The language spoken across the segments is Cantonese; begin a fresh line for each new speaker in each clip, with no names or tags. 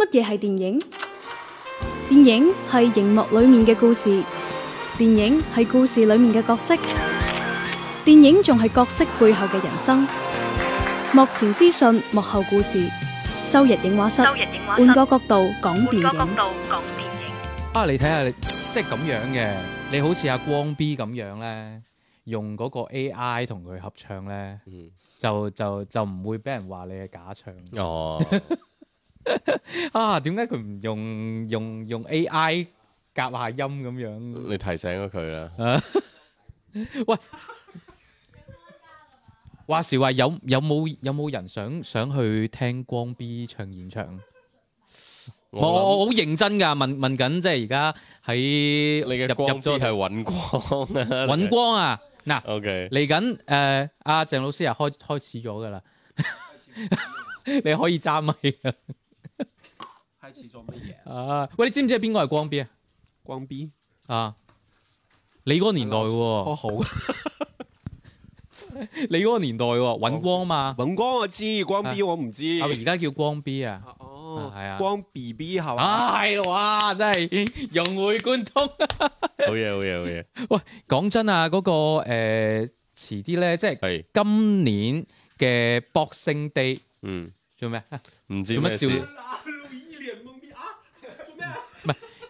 乜嘢係電影？電影係熒幕裡面嘅故事，電影係故事裡面嘅角色，電影仲係角色背後嘅人生。幕前資訊，幕後故事。周日映畫室，
周日映畫室
換個角度講電
換個角
影。
度講電影。
啊，你睇下你即係咁樣嘅，你好似阿光 B 咁樣咧，用嗰個 AI 同佢合唱咧，
嗯
就就就唔會俾人話你係假唱。
哦，
啊，點解佢唔用用用 AI 夾下音咁樣？
你提醒咗佢 啦。
話時話有有冇有冇人想想去聽光 B 唱現場？我
我
我好認真㗎，問問緊即係而家喺
諗你嘅
入
光
入
啲
咗
係揾光啊，
揾 光啊！嗱。
O K，
嚟緊誒，阿鄭老師啊，開開始咗噶啦， 你可以揸咪啊！
開始做乜嘢？
啊，喂，你知唔知邊個係光 B 啊？
光 B
啊，你嗰個年代
哦
喎，
好，
你嗰個年代喎，尹光嘛，
尹光我知，光 B 我唔知
啊，。而家叫光 B 啊，
哦，
係啊
光 B B 係嘛？
啊係咯哇，真係融會貫通。啊
好嘢，好嘢，好嘢，
講真啊，嗰個誒遲啲咧，即係
係，
今年嘅 Boxing Day
嗯，
做咩？啊
唔知
做
咩
乜笑
事，？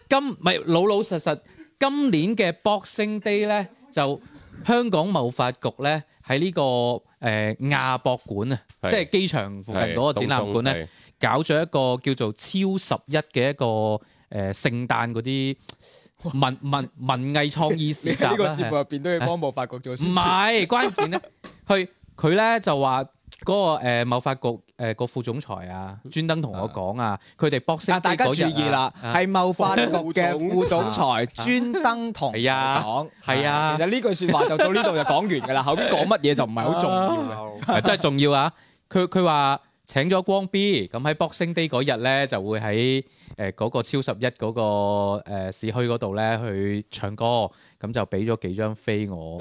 今咪老老實實，今年嘅 Boxing Day 咧，就香港貿發局咧喺呢個誒、呃、亞博館啊，即
係
係機場附近嗰個展覽館咧，
咧，
搞咗一個叫做超十一嘅一個誒、呃、聖誕嗰啲呃 文文文藝創意市
你
集
喺呢個
啦。
節目入邊都要幫貿發局做
唔
宣傳。
係關鍵 咧，佢佢咧就話嗰、個誒、呃、貿發局誒、呃、個副總裁啊，專登同我講啊，佢哋 Boxing
嗱，
Day
大家
嗰
注
日
意啦，
啊
係貿發局嘅副總裁專登同
係啊
我講，
係啊
其實呢句説話就到呢度就講完㗎啦，後邊講乜嘢就唔係好重要嘅。
係真係重要 啊！佢佢話請咗光 B，咁喺 Boxing Day 嗰日咧就會喺誒嗰個超十一嗰個呃市區嗰度咧去唱歌，咁就俾咗幾張飛我，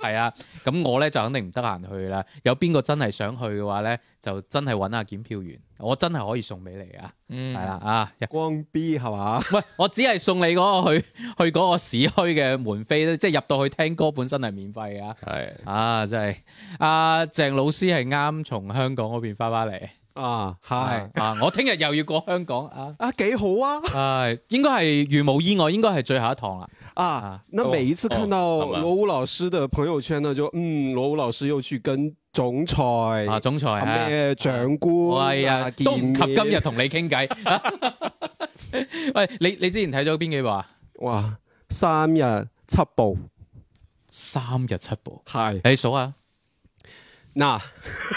係啊，咁我咧就肯定唔得閒去啦。有邊個真係想去嘅話咧，就真係揾下檢票員，我真係可以送俾你啊，係
嗯
啦啊！
光 B 係嘛？
喂，我只係送你嗰個去去嗰個市區嘅門飛咧，即係入到去聽歌本身係免費啊。
係，
啊，真係阿鄭老師係啱從香港嗰邊翻返嚟，
啊，係
啊啊，我聽日又要過香港啊，
啊，幾好啊！
唉，應該係如無意外，應該係最後一堂啦。
啊
啊，
那每一次看到
哦好吧
羅武老師的朋友圈呢，就嗯，羅武老師又去跟總裁
啊，總裁
啊
啊，
咩長官
喂啊，
見
都唔及今日
面
同你傾偈。 喂，你你之前睇咗邊幾部啊？
哇，三日七步
三日七部，
係。
你數下。
那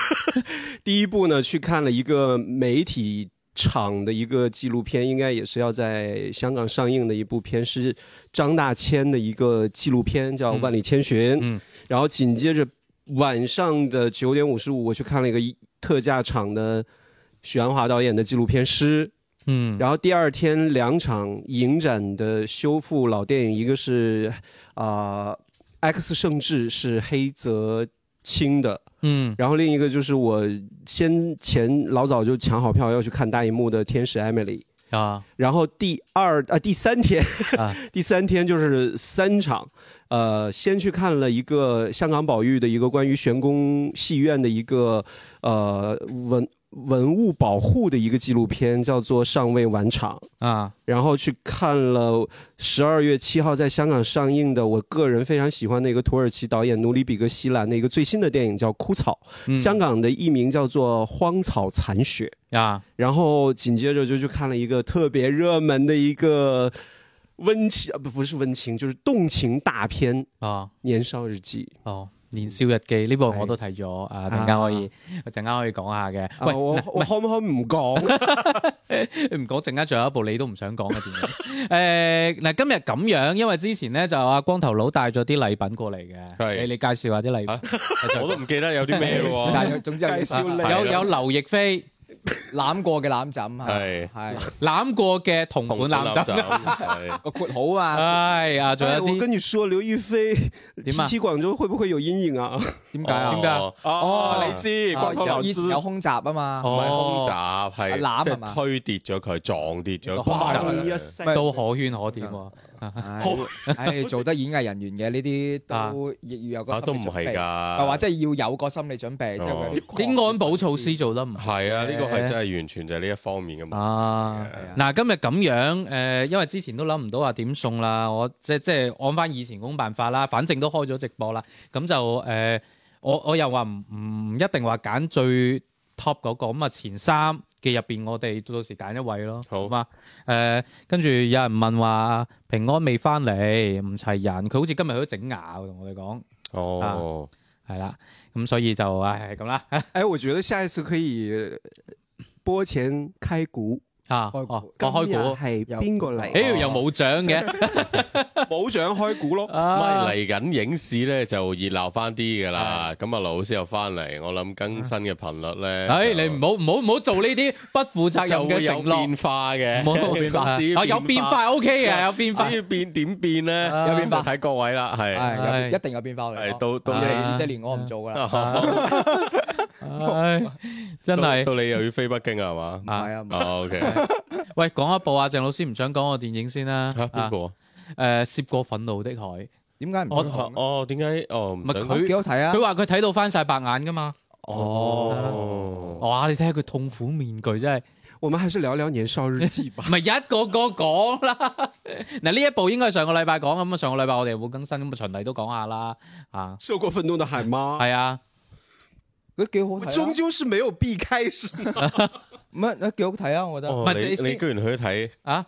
第一部呢，去看了一个媒体场的一个纪录片，应该也是要在香港上映的一部片，是张大千的一个纪录片，叫
嗯
《万里千寻》。
嗯
然后紧接着晚上的九点五十五，我去看了一个特价场的许鞍华导演的纪录片《诗》。
嗯，
然后第二天两场影展的修复老电影，一个是啊、X 圣治》是黑泽清的，
嗯
然后另一个就是我先前老早就抢好票要去看大荧幕的《天使 Emily》，
啊，
然后第二啊第三天，
啊
第三天就是三场，呃，先去看了一个香港保育的一个关于璇宫戏院的一个呃文文物保护的一个纪录片，叫做《尚未完场》。
啊，
然后去看了十二月七号在香港上映的，我个人非常喜欢的一个土耳其导演努里比格西兰的一个最新的电影叫《枯草》，
嗯
香港的译名叫做《荒草残雪》。
啊，
然后紧接着就去看了一个特别热门的一个温情，啊不不是温情，就是动情大片《
啊。
年少日记
哦，年少日記呢部我
係
都睇咗，啊陣間可以，陣間可以講下嘅。》
啊。
喂，
我
嗱
我可唔可以 唔講？
唔講陣間仲有一部你都唔想講嘅電影。誒 嗱，今日咁樣，因為之前咧就阿光頭佬帶咗啲禮品過嚟嘅，
係
你你介紹下啲禮
啊
品。
我都唔記得有啲咩
但
喎。
係總之有
啊
介紹你
有有劉亦菲，
攬過嘅攬枕
係
係係
攬過嘅同款攬枕。
係
個括好啊，
唉啊，仲
哎
有
我
啲
跟你说，劉亦菲提
點啊
起廣州會不會有陰影啊？
點解啊
點？解啊？
哦
你
知
啊有以前有空襲啊嘛，
唔係
哦
空襲，係
攬
即
係嘛
係推跌咗佢，撞跌咗
哇哎
佢。
砰一聲
咪
都可圈可點喎。
唉唉，做得演藝人員嘅呢啲都亦要有個
哦
啊，都唔係
係㗎，
㗎，
啊
或者要有個心理準備，即係會有啲
啲哦安保措施做得唔好
係啊，呢個係真係完全就係呢一方面嘅問題。
啊。
係啊
嗱，今日咁樣誒、呃因為之前都諗唔到話點送啦，我即即係按翻以前嗰種辦法啦，反正都開咗直播啦，咁就誒、呃我我又話唔唔一定話揀最 top 嗰、個，咁啊前三嘅入邊，我哋到時揀一位咯，
好
嘛？誒、跟住有人問話平安未翻嚟，唔齊人，佢好似今日去咗整牙喎，同我哋講
哦，
係啦，咁所以就唉咁啦
哎，我覺得下一次可以呃播前開估，
啊，
開
哦
股
哦，開
今日
估，
係邊個
誒
嚟？
哎又 冇獎嘅。
冇獎開估咯。
唔
啊
係嚟緊影視咧就熱鬧翻啲㗎啦。咁啊，劉老師又翻嚟，我諗更新嘅頻 率咧，
唉，
就
哎你唔好唔好唔好做呢啲不負責
就
任
會
嘅
有
承
變
諾，
化嘅，
唔好變化
至於
啊！有變化 OK 嘅，有變化
至於變點變咧，
啊
有變化睇各位啦， 係
哎係有一定有變化嚟哦
係
講。
到到
因為
你
啊
以色列我唔做㗎啦，
唉，真係
到到你又要飛北京啦，係嘛
唔係啊唔係，
哦？OK，
喂，講一部啊，鄭老師唔想講個電影先啦。
嚇邊
啊？
個啊？
誒，涉過憤怒的海，
點解唔
我
講
哦，點解哦唔
咪
想
佢
幾好睇啊
佢？話佢睇到翻晒白眼噶嘛？
哦
哇！你睇下佢痛苦面具 真係，
我們還是聊聊年少日記 吧。
咪一個個講啦。 嗱，呢一部應該係上個禮拜講咁啊，上個禮拜我哋會更新咁啊，循例都講下啦。啊，
受過憤怒的海嗎？
係啊，
佢幾好
我
睇
終
啊，
究是沒有避開，是嗎？
唔係幾好睇啊，我覺得。
哦
唔係
你
你先
你居然去睇，
啊，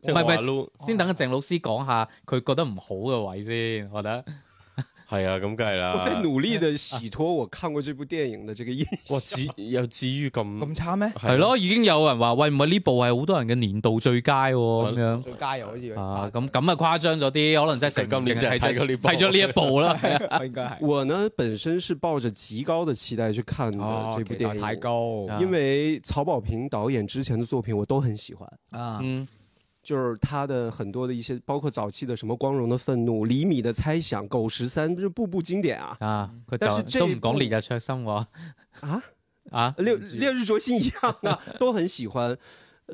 即係
唔係唔係
話 Lu-
先等阿鄭老師講下佢覺得唔好嘅位先，我覺得。
係啊，咁梗係啦。
我在努力的洗脱我看過這部電影的這個印
哇，
象。
至又至於咁
咁差咩？
係，咯，已經有人話喂，唔係呢部係好多人嘅年度最佳喎咁樣
最佳又好似佢
啊，咁咁啊誇張咗啲，可能真係成
佢今年真係睇咗呢部
睇咗呢一部啦， 係啊
咁應該係
我呢本身是抱着極高的期待去看的
哦
這部電
期
影，
待太高
啊
因為曹保平導演之前的作品我都很喜歡，
啊！
嗯
就是他的很多的一些，包括早期的什麼《光荣的愤怒》、《厘米的猜想》、《狗十三》，就是步步經典啊
啊，佢
但是
就
這
都
一
唔
部
講烈日灼心喎
啊！
啊，
烈烈日灼心一樣啊，都很喜歡。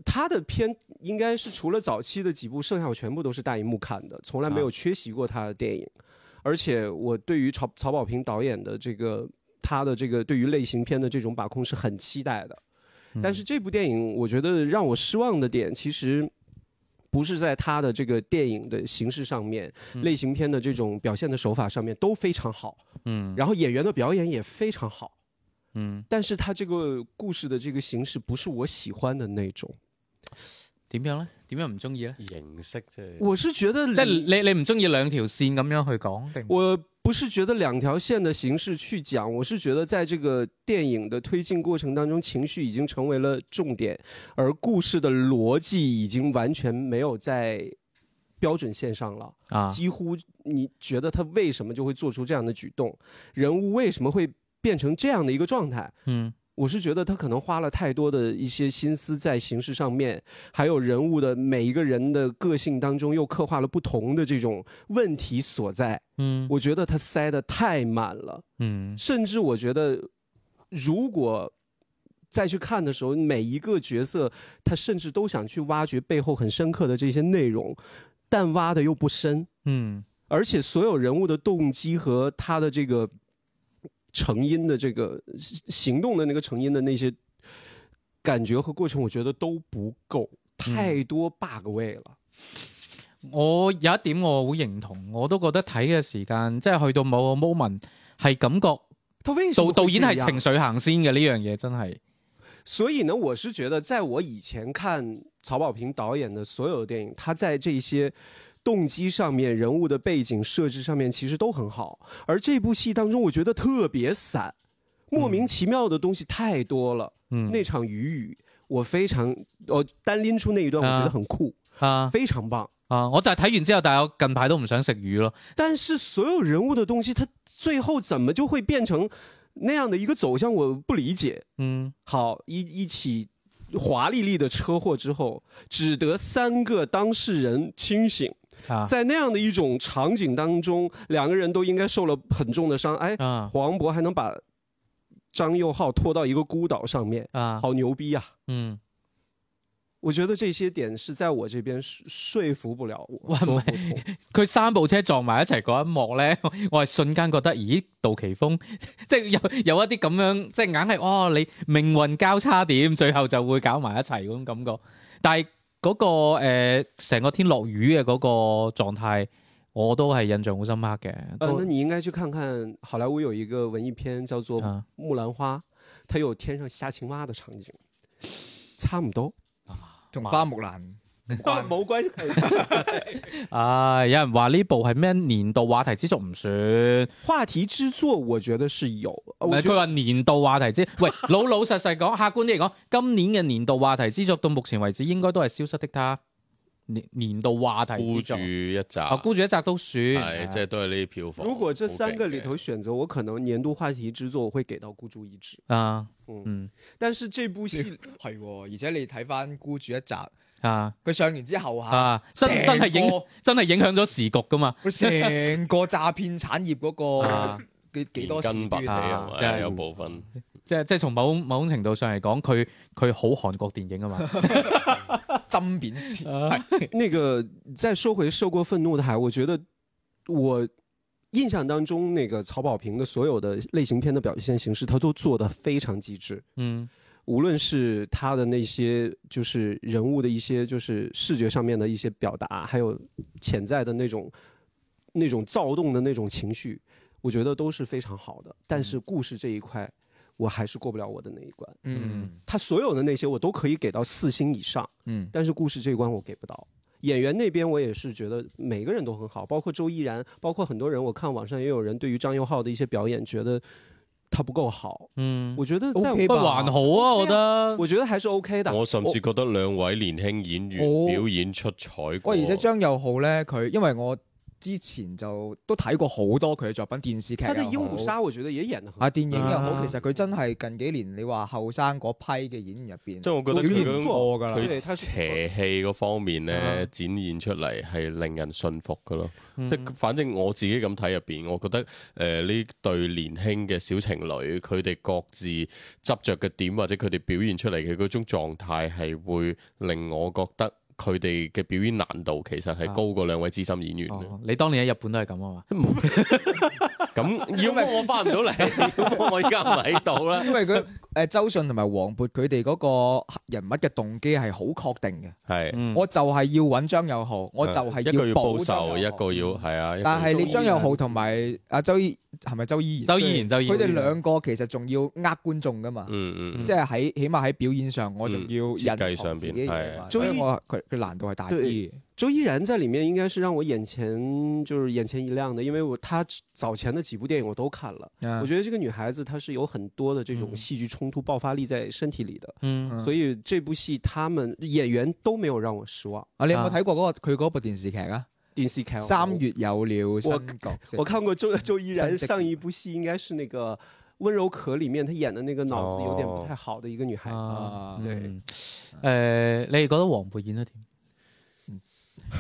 他的片應該是除了早期的幾部，剩下我全部都是大熒幕看的，從來没有缺席過他的電影。而且我对于曹曹保平导演的这个他的这个对于类型片的这种把控是很期待的。但是这部电影，我觉得让我失望的点，其实不是在他的这个电影的形式上面，类型片的这种表现的手法上面都非常好，
嗯
然后演员的表演也非常好。
嗯，
但是他这个故事的这个形式不是我喜欢的那种，
點樣咧？點樣唔中意咧？
形式即係
我是觉得
即係你你唔中意兩條線咁樣去講定？
嗯我不是觉得两条线的形式去讲，我是觉得在这个电影的推进过程当中，情绪已经成为了重点，而故事的逻辑已经完全没有在标准线上了。
啊
几乎你觉得他为什么就会做出这样的举动，人物为什么会变成这样的一个状态？
嗯
我是觉得他可能花了太多的一些心思在形式上面，还有人物的每一个人的个性当中又刻画了不同的这种问题所在。
嗯
我觉得他塞得太满了，
嗯
甚至我觉得，如果再去看的时候，每一个角色他甚至都想去挖掘背后很深刻的这些内容，但挖的又不深。
嗯
而且所有人物的动机和他的这个成因的这个行动的那个成因的那些感觉和过程，我觉得都不够，太多 bug 位了。
我有一點我好認同，我都覺得睇嘅時間即係去到某個 moment 係感覺
他为什
導
么
導演
还
係情？緒行先嘅呢樣嘢真係。
所以呢，我是觉得，在我以前看曹保平导演的所有电影，他在这些。动机上面、人物的背景设置上面，其实都很好。而这部戏当中，我觉得特别散，莫名其妙的东西太多了。
嗯
那场雨雨，我非常我单拎出那一段，我觉得很酷，
啊
非常棒。
啊！我就係睇完之後，但係我近排都唔想食魚咯。
但是所有人物的东西，它最后怎么就会变成那样的一个走向，我不理解。
嗯，
好，一一起华丽丽的车祸之后，只得三个当事人清醒。
啊
在那样的一种场景当中，两个人都应该受了很重的伤。哎，
啊
黄渤还能把张佑浩拖到一个孤岛上面，
啊，
好牛逼啊！
嗯，
我觉得这些点是在我这边说说服不了我，说不通。
佢三部車撞埋一齊嗰一幕咧， 我係瞬間覺得，咦，杜琪峰， 即係有有一啲咁樣，即係硬係哦，你命運交叉點，最後就會搞埋一齊嗰種感覺。但係嗰、個呃成、個天落雨嘅嗰個狀態，我都係印象好深刻嘅。
呃，
都
那你应该去看看好莱坞有一个文艺片叫做《
啊
木兰花》，它有天上下青蛙的场景，差唔多，
同花木蘭
冇關係。
啊，有人話呢部係咩年度話題之作唔算。
话题之作，我觉得是有，呃
唔
我
係佢
觉得
話年度話題之，喂，老老實實講，客觀啲嚟講，今年嘅年度話題之作到目前為止應該都係《消失的他》年年度話題
孤
之
注
作。
一
啊，
擲，
孤注一擲都算，
係即係都係呢啲票房。
如果这三个
好勁嘅
里头选择，我可能年度话题之作我会给到《孤注一掷》，
啊，
嗯，
嗯
但是这部戏
係喎，而且你睇翻孤注一擲，
啊
佢上完之後嚇，
啊，真
成
真係影
個
真係影響咗時局噶嘛，
佢成個詐騙產業嗰
啊
個幾幾多
連
時
根拔起
段
啊
係咪
真係
有部分
即係即係從某某種程度上嚟講，佢佢好韓國電影啊嘛，
針扁時，
那个再说回《涉过愤怒的海》，我觉得我印象当中那个曹保平的所有的类型片的表现形式，他都做得非常极致。
嗯
无论是他的那些就是人物的一些就是视觉上面的一些表达，还有潜在的那种那种躁动的那种情绪，我觉得都是非常好的。但是故事这一块，我还是过不了我的那一关。
嗯
他所有的那些我都可以给到四星以上，
嗯，
但是故事这一关我给不到。演员那边我也是觉得每个人都很好，包括周依然，包括很多人，我看网上也有人对于张佑浩的一些表演觉得他不够好。
嗯，
我觉得在
OK
不
吧
過還好啊，我覺得，
我觉得还是 OK 的。
我甚至覺得兩位年輕演員
我
表演出彩過。
喂，而且張佑浩咧，佢因為我之前就都睇過好多佢嘅作品，電視劇
他的《
又
鹦鹉
好
杀》我觉得也演得很好
啊，電影又好，
啊
其實佢真係近幾年你話後生嗰批嘅演員入邊，
即係我覺得
表現
佢
唔
嗰
錯㗎啦。
對
佢
他是
邪氣嗰方面
啊
咧，展現出嚟係令人信服噶咯。
嗯
即係反正我自己咁睇入邊，我覺得誒呢、對年輕嘅小情侶，佢哋各自執着嘅點或者佢哋表現出嚟嘅嗰種狀態，係會令我覺得佢哋嘅表演難度其實係高過兩位資深演員嘅。
啊哦你當年喺日本都係咁啊嘛，
咁要麼我翻唔到嚟，要麼我而家唔喺 度啦。
因為 佢誒周迅同埋黃渤佢哋嗰個人物嘅動機係好確定嘅，
係，啊
嗯啊
我就係要揾張佑浩，我就
一個
係
要
報
報仇，
張
一
佑浩
個
嗯
要係啊。一個
但係
要
你張佑浩同埋阿周依係咪周依然？
周依然周依然
佢哋兩個其實仲要呃觀眾㗎嘛，
嗯嗯嗯
即係喺起碼喺表演上，我仲要
嗯設計
人頭
上
自
邊
己嘢嘛
係
所以我佢佢難度係大啲嘅。
周依然在里面应该是让我眼前就是眼前一亮的，因为我她早前的几部电影我都看了，
啊
我觉得这个女孩子她是有很多的这种
嗯
戏剧冲突爆发力在身体里的，
嗯
嗯
所以这部戏他们演员都没有让我失望。
啊，你有冇睇過嗰個佢嗰部電視劇啊？
电视剧
三，月有了新角色，
我看过周周依
三
然
只
上一部戏应该是那个《温柔壳》里面她演的那个脑子有点不太好的一个女孩子，
啊
啊，
對
嗯誒，你哋覺得黃渤演得點？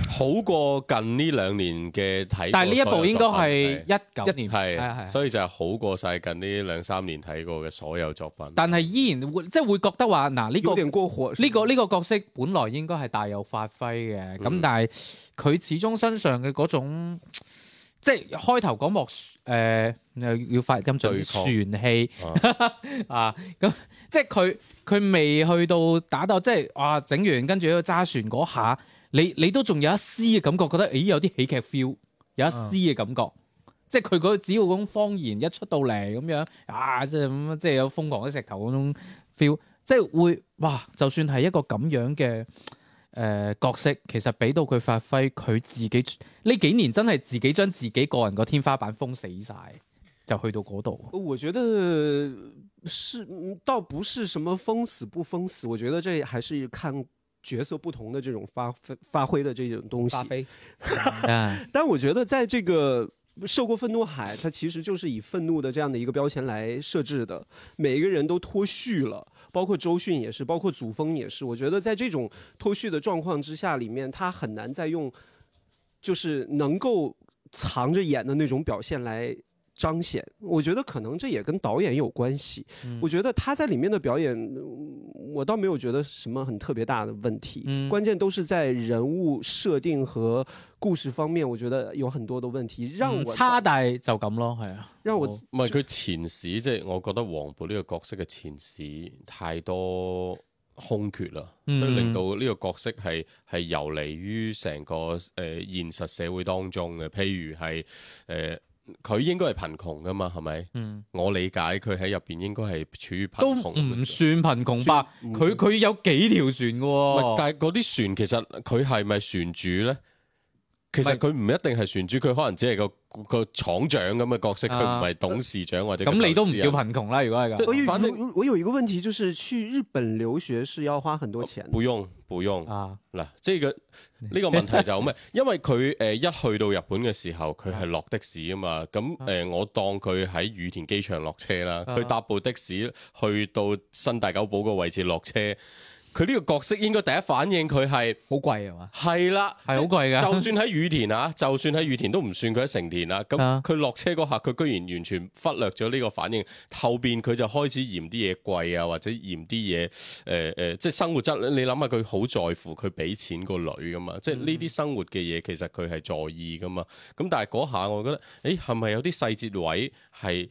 好過近呢兩年嘅睇過所
但係
有作品。
呢一部應該係
係
一九年
係
係係
所以就係好過晒近呢兩三年睇過嘅所有作品。
但係依然會即係會覺得話嗱呢
有
個
点过火。
呢、個呢、個角色本來應該係大有發揮嘅，咁、
嗯
但係佢始終身上嘅嗰種，即係開頭講幕誒、呃要發音準
對抗
船氣
啊
啊，咁即係佢佢未去到打鬥，即係啊整完跟住喺度揸船嗰下，你你都仲有一絲嘅感覺，覺得咦有啲喜劇 feel，有一絲嘅感覺。即係佢嗰只要嗰種方言一出到嚟咁樣啊，即係咁即係有瘋狂的石頭嗰種 feel，即係會哇！就算係一個咁樣嘅誒、呃角色，其實俾到佢發揮，佢自己呢幾年真係自己將自己個人個天花板封死晒，就去到嗰度。
我觉得是，嗯倒不是什么封死不封死，我觉得这还是看角色不同的这种发发发挥的这种东西
巴。菲
啊
但我觉得在这个涉过愤怒海，它其实就是以愤怒的这样的一个标签来设置的。每一个人都脱序了，包括周迅也是，包括祖峰也是。我觉得在这种脱序的状况之下，里面他很难再用就是能够藏着演的那种表现来彰显。我觉得可能这也跟导演有关系。我觉得他在里面的表演，嗯我倒没有觉得什么很特别大的问题。
嗯
关键都是在人物设定和故事方面，我觉得有很多的问
嗯
题，让
唔
我
差，但係就咁咯，係啊。
让我
好
唔係佢前史，即係我覺得黃渤呢個角色嘅前史太多空缺啦，
嗯
所以令到呢個角色係係游離於成個誒、呃、現實社會當中嘅。譬如係誒，呃佢、應該係貧窮噶嘛，係咪？
嗯，
我理解佢喺入邊應該係處於
都
貧窮嘅
唔算貧窮吧？
算唔
佢佢有幾條船嘅
唔
喎
係，但係嗰啲船其實佢係咪船主咧？其
唔係
實佢唔一定係船主，佢可能只係個個廠長咁嘅角色，佢
啊
唔係董事長或者
咁你都唔
叫
叫貧窮啦，如果係
即
咁。
我有
反正
有我有一个问题，就是去日本留学是要花很多钱的
不。用不用
啊，
嗱，即係個呢個問題 就咩？因為佢誒、呃一去到日本嘅時候，佢係落的士啊嘛。咁誒、呃我當佢喺羽田機場落車啦，
啊
佢搭部的士去到新大久保個位置落車。佢呢個角色應該第一反應佢係
好貴係嘛？
係啊啦，
係好貴㗎
就算喺羽田啊，就算喺羽田都唔算佢喺成田啦。咁
啊
佢落車嗰下，佢居然完全忽略咗呢個反應。後邊佢就開始嫌啲嘢貴啊，或者嫌啲嘢誒誒，即係生活質量。你諗下，佢好在乎佢俾錢個女噶嘛？即
嗯
係呢啲生活嘅嘢，其實佢係在意噶嘛。咁但係嗰下，我覺得，誒係咪有啲細節位係？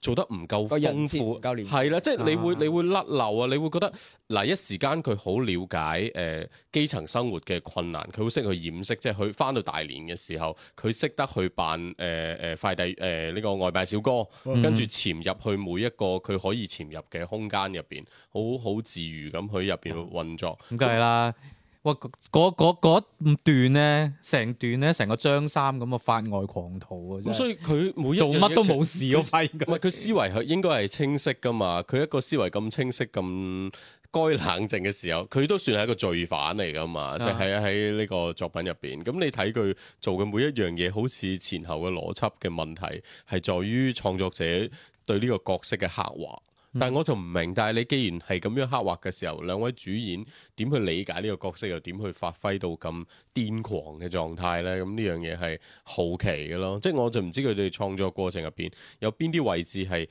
做得唔夠
個人
豐
設
富
唔，夠連
係啦，即係你會
啊
你會甩漏啊，你會覺得嗱一時間佢好了解誒、呃基層生活嘅困難，佢會識去掩飾，即係佢翻到大連嘅時候，佢識得去扮誒誒、呃快遞誒呢個外賣小哥，
嗯
跟住潛入去每一個佢可以潛入嘅空間入邊，好好自如咁去入邊運作。
咁梗係啦。哇！嗰嗰嗰嗰段咧，成段咧，成個張三咁嘅法外狂徒啊！
咁
真係
所以佢每一
做
樣嘢
乜都
其實
冇事，我發現佢
唔係佢思維係應該係清晰噶嘛？佢一個思維咁清晰、咁該冷靜嘅時候，佢都算係一個罪犯嚟噶嘛？即係喺喺呢個作品入邊，咁你睇佢做嘅每一樣嘢，好似前後嘅邏輯嘅問題，係在於創作者對呢個角色嘅刻畫。但係我就唔明，但係你既然係咁樣刻畫嘅時候，兩位主演點去理解呢個角色，又點去發揮到咁癲狂嘅狀態呢？咁呢樣嘢係好奇嘅咯，即係我就唔知佢哋創作過程入邊有邊啲位置係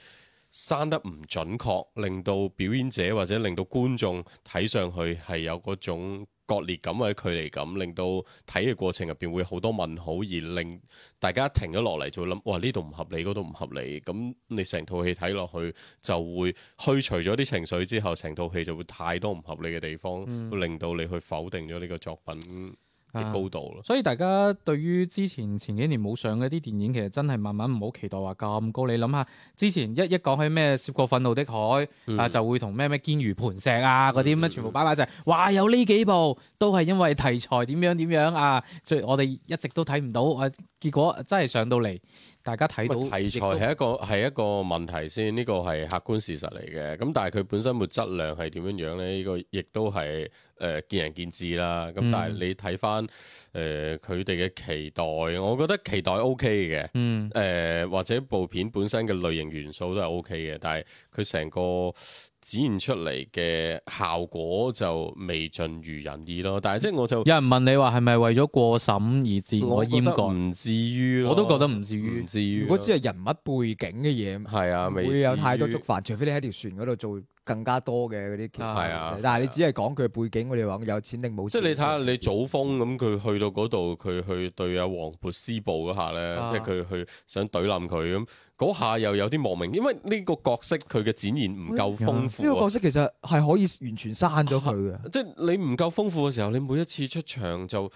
生得唔準確，令到表演者或者令到觀眾睇上去係有嗰種割裂感或者距離感，令到睇嘅過程入邊會好多問號，而令大家停咗落嚟就會諗，哇呢度唔合理，嗰度唔合理，咁你成套戲睇落去就會去除咗啲情緒之後，成套戲就會太多唔合理嘅地方，會令到你去否定咗呢個作品
啊
嘅高度咯。
所以大家對於之前前幾年冇上嘅啲電影，其實真係慢慢唔好期待話咁高。你諗下，之前一一講起咩涉過憤怒的海、啊，就會同咩咩堅如磐石啊嗰啲咩全部擺擺就係、哇有呢幾部都係因為題材點樣點樣啊，所以我哋一直都睇唔到啊，結果真係上到嚟，大家睇
咁
到
啊題材係一個係一個問題先，呢個係客觀事實嚟嘅。咁但係佢本身個質量係點樣樣咧？呢、個亦都係誒、呃、見仁見智啦。咁
嗯
但係你睇翻誒佢哋嘅期待，我覺得期待 O K 嘅。
嗯
誒、或者部片本身嘅類型元素都係 O K 嘅，但係佢成個展現出嚟嘅效果就未盡如人意咯。但係即係我就
有人問你話係咪為咗過審而自嗯我
我覺
閹
得
割？
唔嗯至於咯，
我都覺得唔至於
唔。至於咯。
如果只係人物背景嘅嘢，
係啊，未
會有
至
太多
於
觸犯，除非你喺條船嗰度做更加多嘅嗰啲橋
係啊
但係你只係講佢背景，我哋話有錢定冇
即
錢。
係你睇下你祖峰咁，佢去到嗰度，佢去對阿黃渤施暴嗰下咧，
啊
即係佢去想懟冧佢咁，嗰下又有啲莫名，因為呢個角色佢嘅展現唔夠豐
呢個
富
角
啊。
色其實係可以完全刪咗佢嘅。
即係你唔夠豐富嘅時候，你每一次出場就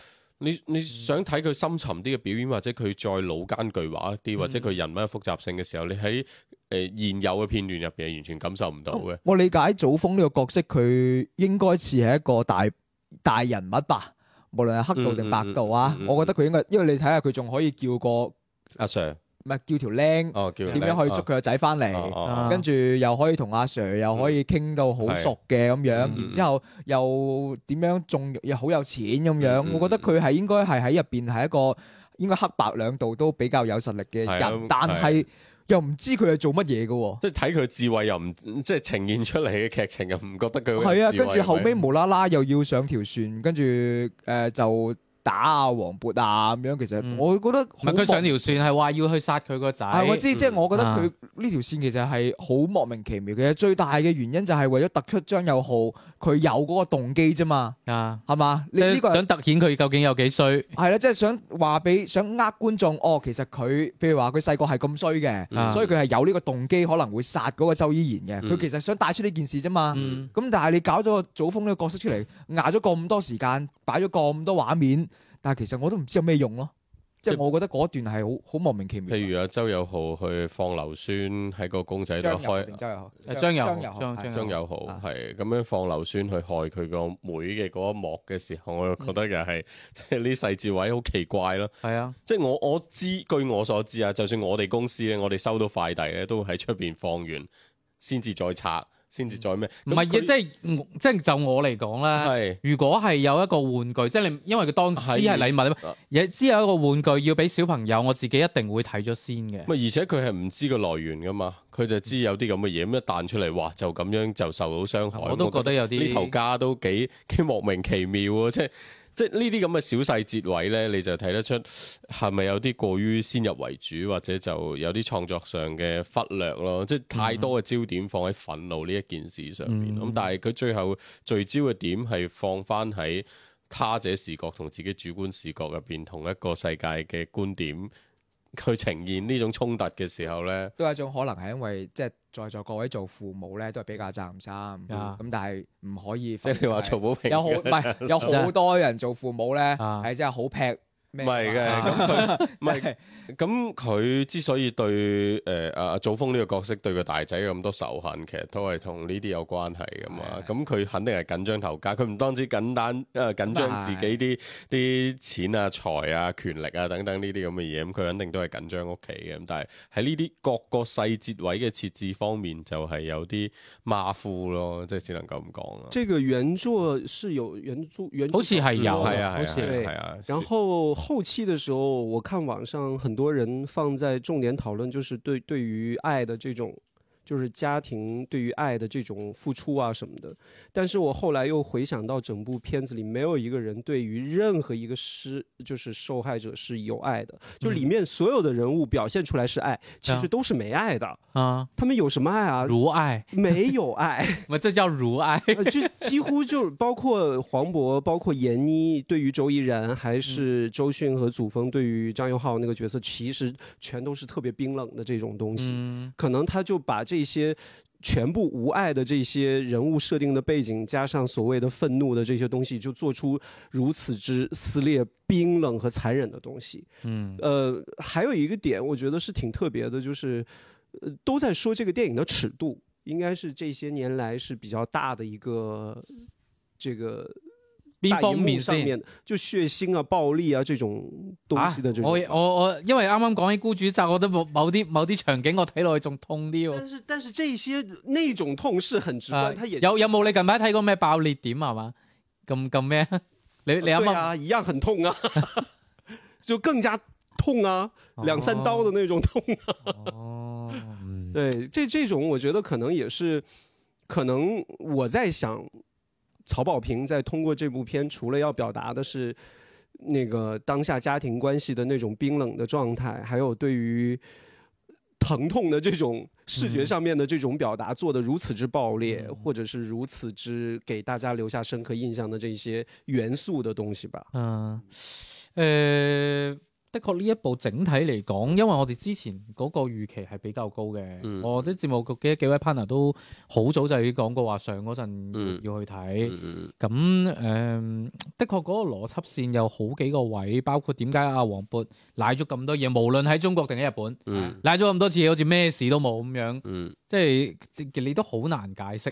你
嗯
你想睇佢深沉啲嘅表演，或者佢再老奸巨猾一
嗯
啲，或者佢人物嘅複雜性嘅時候，你喺誒、呃、現有嘅片段入邊係完全感受唔到嘅。
我理解祖峰呢個角色，佢應該似係一個大大人物吧，無論係黑道定白道
嗯嗯
啊，
嗯嗯嗯
我覺得佢應該，因為你睇下佢仲可以叫個唔
阿 Sir，
係叫條僆
哦叫
點樣去捉佢個仔翻嚟。
啊
跟住又可以同阿 Sir 又可以傾到好熟嘅咁樣，
嗯
然之後又點樣仲又好有錢咁樣，
嗯嗯
我覺得佢係應該係喺入邊係一個應該黑白兩道都比較有實力嘅
係啊
人，但係又唔知佢係做乜嘢嘅喎。
即係睇佢智慧又唔即係呈現出嚟嘅劇情又唔覺得佢好有
係啊，
智慧
跟住後
係
尾
咪
無啦啦又要上條船，跟住誒就打啊黃渤啊咁樣。其實
嗯
我覺得
唔係
好
佢上
莫
條船係話要去殺佢個仔，
啊係我知，即係我覺得佢
啊
呢條線其實係好莫名其妙嘅。最大嘅原因就係為咗突出張友浩佢有嗰個動機啫嘛，
啊，
係嘛？
即
你呢個
係
係
想突顯佢究竟有幾衰。
係啦，即係想話俾想呃觀眾，哦，其實佢譬如話佢細個係咁衰嘅，
啊
所以佢係有呢個動機可能會殺嗰個周依然嘅。佢
嗯
其實想帶出呢件事啫嘛。
嗯
咁但係你搞咗個祖峰呢個角色出嚟，捱咗咁多時間，擺咗咁多畫面，但係其實我都唔知有咩用咯。即係我覺得嗰段係好好莫名其妙。啊
譬如啊阿周友豪去放硫酸喺個公仔度
張友
開啊
定。周友豪
誒張友豪
友豪
張
係
張
張友豪
啊
係咁樣放硫酸去害佢個妹嘅嗰一幕嘅時候，我就覺得
嗯
又係 即係呢細節位好奇怪咯。
係啊，
即係我我知，據我所知啊，就算我哋公司咧，我哋收到快遞咧，都喺出邊放完先至再拆，先至再咩？
唔係即
係
係嗯即係就我嚟講啦。
係
如果係有一個玩具，即係你因為佢當時
係
係禮物啊嘛
啊，
亦知有一個玩具要俾小朋友，我自己一定會睇咗先嘅。
咪而且佢係唔知個來源噶嘛，佢就知有啲咁嘅嘢，咁一彈出嚟，哇就咁樣就受到傷害。
我都覺得有啲
呢頭家都幾 幾莫名其妙喎，即係即係呢啲咁嘅小細節位咧，你就睇得出係咪有啲過於先入為主，或者就有啲創作上嘅忽略咯，即係太多嘅焦點放喺憤怒呢一件事上面。咁、
嗯
但係佢最後聚焦嘅點係放翻喺。他者視角同自己主觀視角入邊同一個世界嘅觀點去呈現呢種衝突嘅時候咧，
都有一種可能係因為即係在座各位做父母咧，都係比較責任心，
啊
咁但係唔可以
即係
忽略。
你話曹保平
有好 唔係有好多人做父母咧，
啊
係真係好劈
唔
咩啊㗎
係
嘛？
嘅，咁 佢唔係
係
咁佢之所以對誒阿阿祖峰呢個角色對個大仔有咁多仇恨，其實都係同呢啲有關係噶嘛。咁佢肯定係緊張頭家，佢唔單止簡單誒、呃、緊張自己啲啲錢啊、財啊、權力啊等等呢啲咁嘅嘢，咁佢肯定都係緊張屋企嘅。咁但係喺呢啲各個細節位嘅設置方面，就係有啲馬虎咯，即係只能夠咁啊講啦。
这个原作是有原著原著
好似係有，
小說
係
的
啊
好
係
似
啊
係
對
係啊，
然後後期的時候，我看網上很多人放在重點討論，就是对对于爱的这种，就是家庭对于爱的这种付出啊什么的。但是我后来又回想到整部片子里，没有一个人对于任何一个施就是受害者是有爱的，就里面所有的人物表现出来是爱，其
嗯啊
实都是没爱的。
啊，
他们有什么爱啊？
如愛
没有爱。
咪即係叫如愛。
呃就几乎就是包括黄渤，包括闫妮，对于周依然，还是周迅和祖峰，对于张佑浩那个角色，其实全都是特别冰冷的这种东西。
嗯，
可能他就把这些全部无爱的这些人物设定的背景，加上所谓的愤怒的这些东西，就做出如此之撕裂、冰冷和残忍的东西。
嗯，
呃，还有一个点，我觉得是挺特别的，就是、呃、都在说这个电影的尺度，应该是这些年来是比较大的一个这个
邊
大荧
方
幕
面
上
先？
面就血腥啊、暴力啊这种东西的这种。
啊我我我，因為啱啱講起孤主宅，我覺得某某啲某啲場景我睇落去仲痛啲喎。
但是但是这些那种痛是很直观，
啊
它也
有有冇你近排睇過咩爆裂點啊係嘛？咁咁咩？你你啱
对
啱
啊，一样很痛啊， 就更加痛啊，两三刀的那种痛。啊
哦，嗯
对，这这种我觉得可能也是，可能我在想，曹保平在通过这部片，除了要表达的是那个当下家庭关系的那种冰冷的状态，还有对于疼痛的这种视觉
嗯
上面的这种表达，做的如此之暴烈，
嗯
或者是如此之给大家留下深刻印象的这些元素的东西吧。
嗯，誒，的確呢一部整體嚟講，因為我哋之前嗰個預期係比較高嘅，
嗯
我啲節目局嘅幾位 partner 都好早就已經講過話上嗰陣
嗯
要去睇。
嗯嗯
咁誒、嗯的確嗰個邏輯線有好幾個位，包括點解阿黃渤賴咗咁多嘢，無論喺中國定喺日本，
嗯
賴咗咁多次，好似咩事都冇咁樣，
嗯
即係即你都好難解釋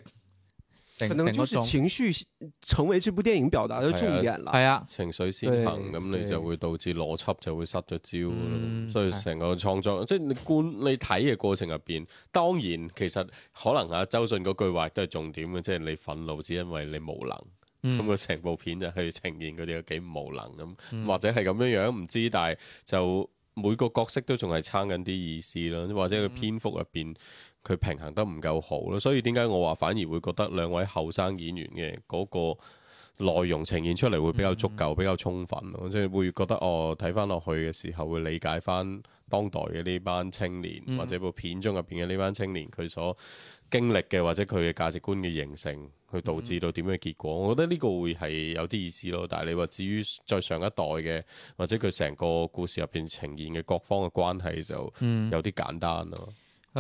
成
可
成
能
個
就是
狀
情绪呃成为这部电影表达的
哎呀
重点了。
係啊，
情緒先行，
對
咁你
對
就會導致邏輯就會失咗焦咯。
嗯
所以
係
成個創作，即係你觀你睇嘅過程入邊，當然其實可能啊，周迅嗰句話都係重點嘅，即係你憤怒只因為你無能，
嗯
咁佢成部片就去呈現佢哋有幾無能咁，
嗯
或者係咁樣樣唔知，但係就每個角色都仲係撐緊啲意思咯，或者佢篇幅入邊佢平衡得唔夠好咯，所以點解我話反而會覺得兩位後生演員嘅嗰個內容呈現出嚟會比較足
嗯
夠、比較充分咯，即係會覺得哦睇翻落去嘅時候會理解翻當代嘅呢班青年、
嗯
或者部片中入邊嘅呢班青年佢所經歷嘅或者佢嘅價值觀嘅形成，去導
嗯
致到點樣嘅結果，我覺得呢個會係有啲意思咯。但係你話至於再上一代嘅，或者佢成個故事入邊呈現嘅各方嘅關係就
嗯，
有啲簡單咯。
誒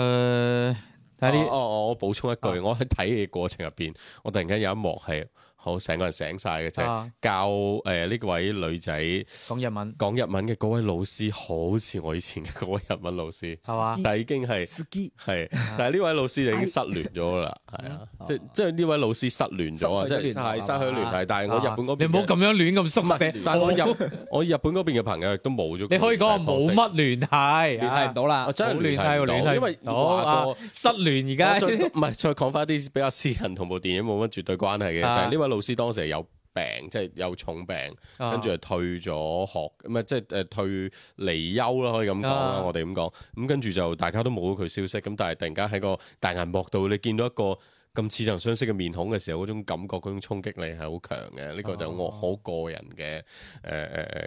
呃睇下
哦
啲
哦我補充一
啊
句，我喺睇嘅過程入邊，我突然間有一幕係好成個人醒晒嘅，就係
啊
教誒呢位女仔
講日文
講日文嘅嗰位老師，好似我以前嘅嗰位日文老師，
係嘛？
但係已經係。
ski
係，但係呢位老師就已經失聯咗啦，係啊，即即係呢位老師失聯咗啊，
失
即係
去咗聯
係
絡
失去聯繫。但係我日本嗰邊
啊
嘅，
你唔好咁樣亂咁縮寫，
但係 我日我日本嗰邊嘅朋友亦都冇咗。
你可以講我冇，乜聯繫，啊
聯繫唔到啦
我，真
冇
係聯
聯繫喎，
繫唔到，
聯繫
因為
唔到
話
啊
過。
失聯而
我
家
再唔係再講翻啲比較私人同部電影冇乜絕對關係嘅，就
啊
係呢位老師當時係有病，即係有重病，
啊
跟住係退咗學，咁啊即係誒退離休啦，可以咁講啦
啊，
我哋咁講。咁跟住就大家都冇咗佢消息，咁但係突然間喺個大銀幕度，你見到一個咁似曾相識嘅面孔嘅時候，嗰種感覺、嗰種衝擊力係好強嘅。呢個就我好個人嘅誒誒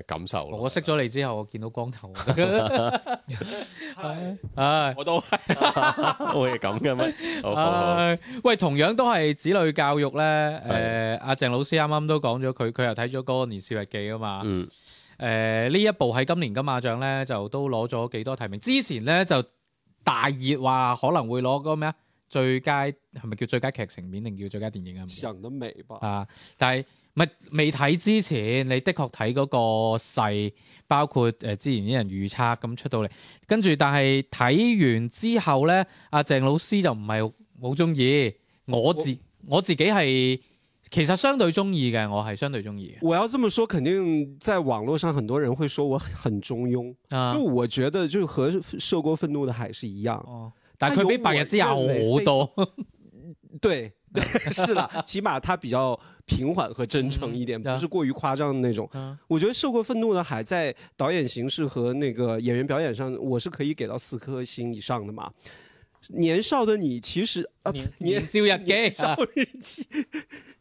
誒感受咯。
啊我識咗你之後，我見到光頭， 唉。
我都係 會係咁嘅咩？好好好。
唉喂，同樣都係子女教育咧。誒、阿鄭老師啱啱都講咗，佢佢又睇咗嗰個《年少日記》啊嘛。誒、
嗯，
呃呢一部喺今年金馬獎咧，就都攞咗幾多提名。之前咧就大熱話可能會攞嗰個咩啊？最佳係咪叫最佳劇情片定叫最佳電影啊？唔記得
想得美吧？
啊，但係唔係未睇之前，你的確睇嗰個啊勢，包括誒、呃之前啲人預測咁出到嚟，跟住但係睇完之後咧，阿鄭老師就唔係好中意，我自我自己係其實相對中意嘅，我係相對中意
我要这么说，肯定在网络上很多人会说我很中庸。
嘅。啊
就，我觉得，就和《涉过愤怒的海》是一样。
哦，但係佢比白日之下好多，
对，对是啦，起码它比较平缓和真诚一点，
嗯
不是过于夸张的那种。
啊
我觉得《受过愤怒的海》在导演形式和那个演员表演上，我是可以给到四颗星以上的嘛。年少的你，其实啊，
年
年
年少日啊記
年少日记，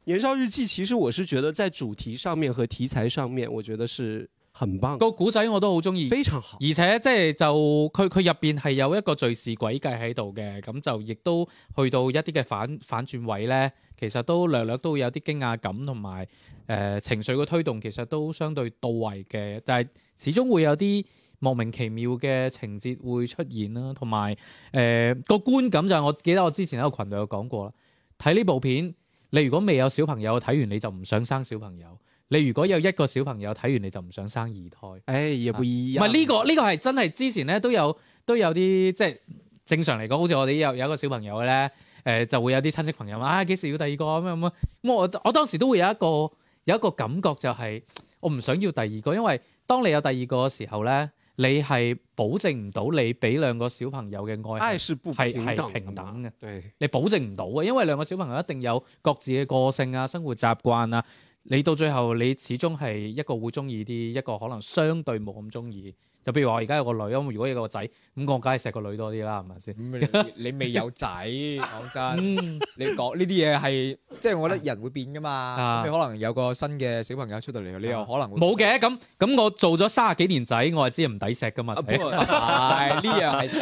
年少日记，其实我是觉得在主题上面和题材上面，我觉得是很棒的，
個古仔我都好中意。
非常好。
而且即係就佢佢入邊係有一個敘事軌計喺度嘅，咁就亦都去到一啲嘅反反轉位咧，其實都略略都會有啲驚訝感同埋呃誒情緒嘅推動，其實都相對到位嘅，但係始終會有啲莫名其妙嘅情節會出現啦，同埋誒個觀感就係我記得我之前喺個群度有講過啦，睇呢部片你如果未有小朋友睇完你就唔想生小朋友，你如果有一個小朋友睇完你就唔想生二胎。
哎，也不
唔
一样。
係呢個呢、個係真係之前咧都有都有啲即係正常嚟講，好似我哋有有一個小朋友咧，誒、就會有啲親戚朋友話啊幾時要第二個咁樣咁樣。咁我我當時都會有一個有一個感覺就係、我唔想要第二個，因為當你有第二個嘅時候咧，你係保證唔到你俾兩個小朋友嘅愛
爱
係
是不
係
平等
係
的
平
嘛
等嘅。
对，
你保證唔到嘅，因為兩個小朋友一定有各自嘅個性啊、生活習慣啊。你到最後，你始終係一個會中意啲，一個可能相對冇咁中意。就譬如話，我而家有個女，咁如果有個仔，咁我梗係錫個女多啲啦，係咪先？
咁你你未有仔，講 真，
嗯，
你講呢啲嘢係即係我覺得人會變噶嘛。
啊
咁你可能有個新嘅小朋友出到嚟，你又可能會
冇嘅，咁咁我做咗三十幾年仔，我係知唔抵錫噶嘛。
啊
仔
不。
係呢樣 係真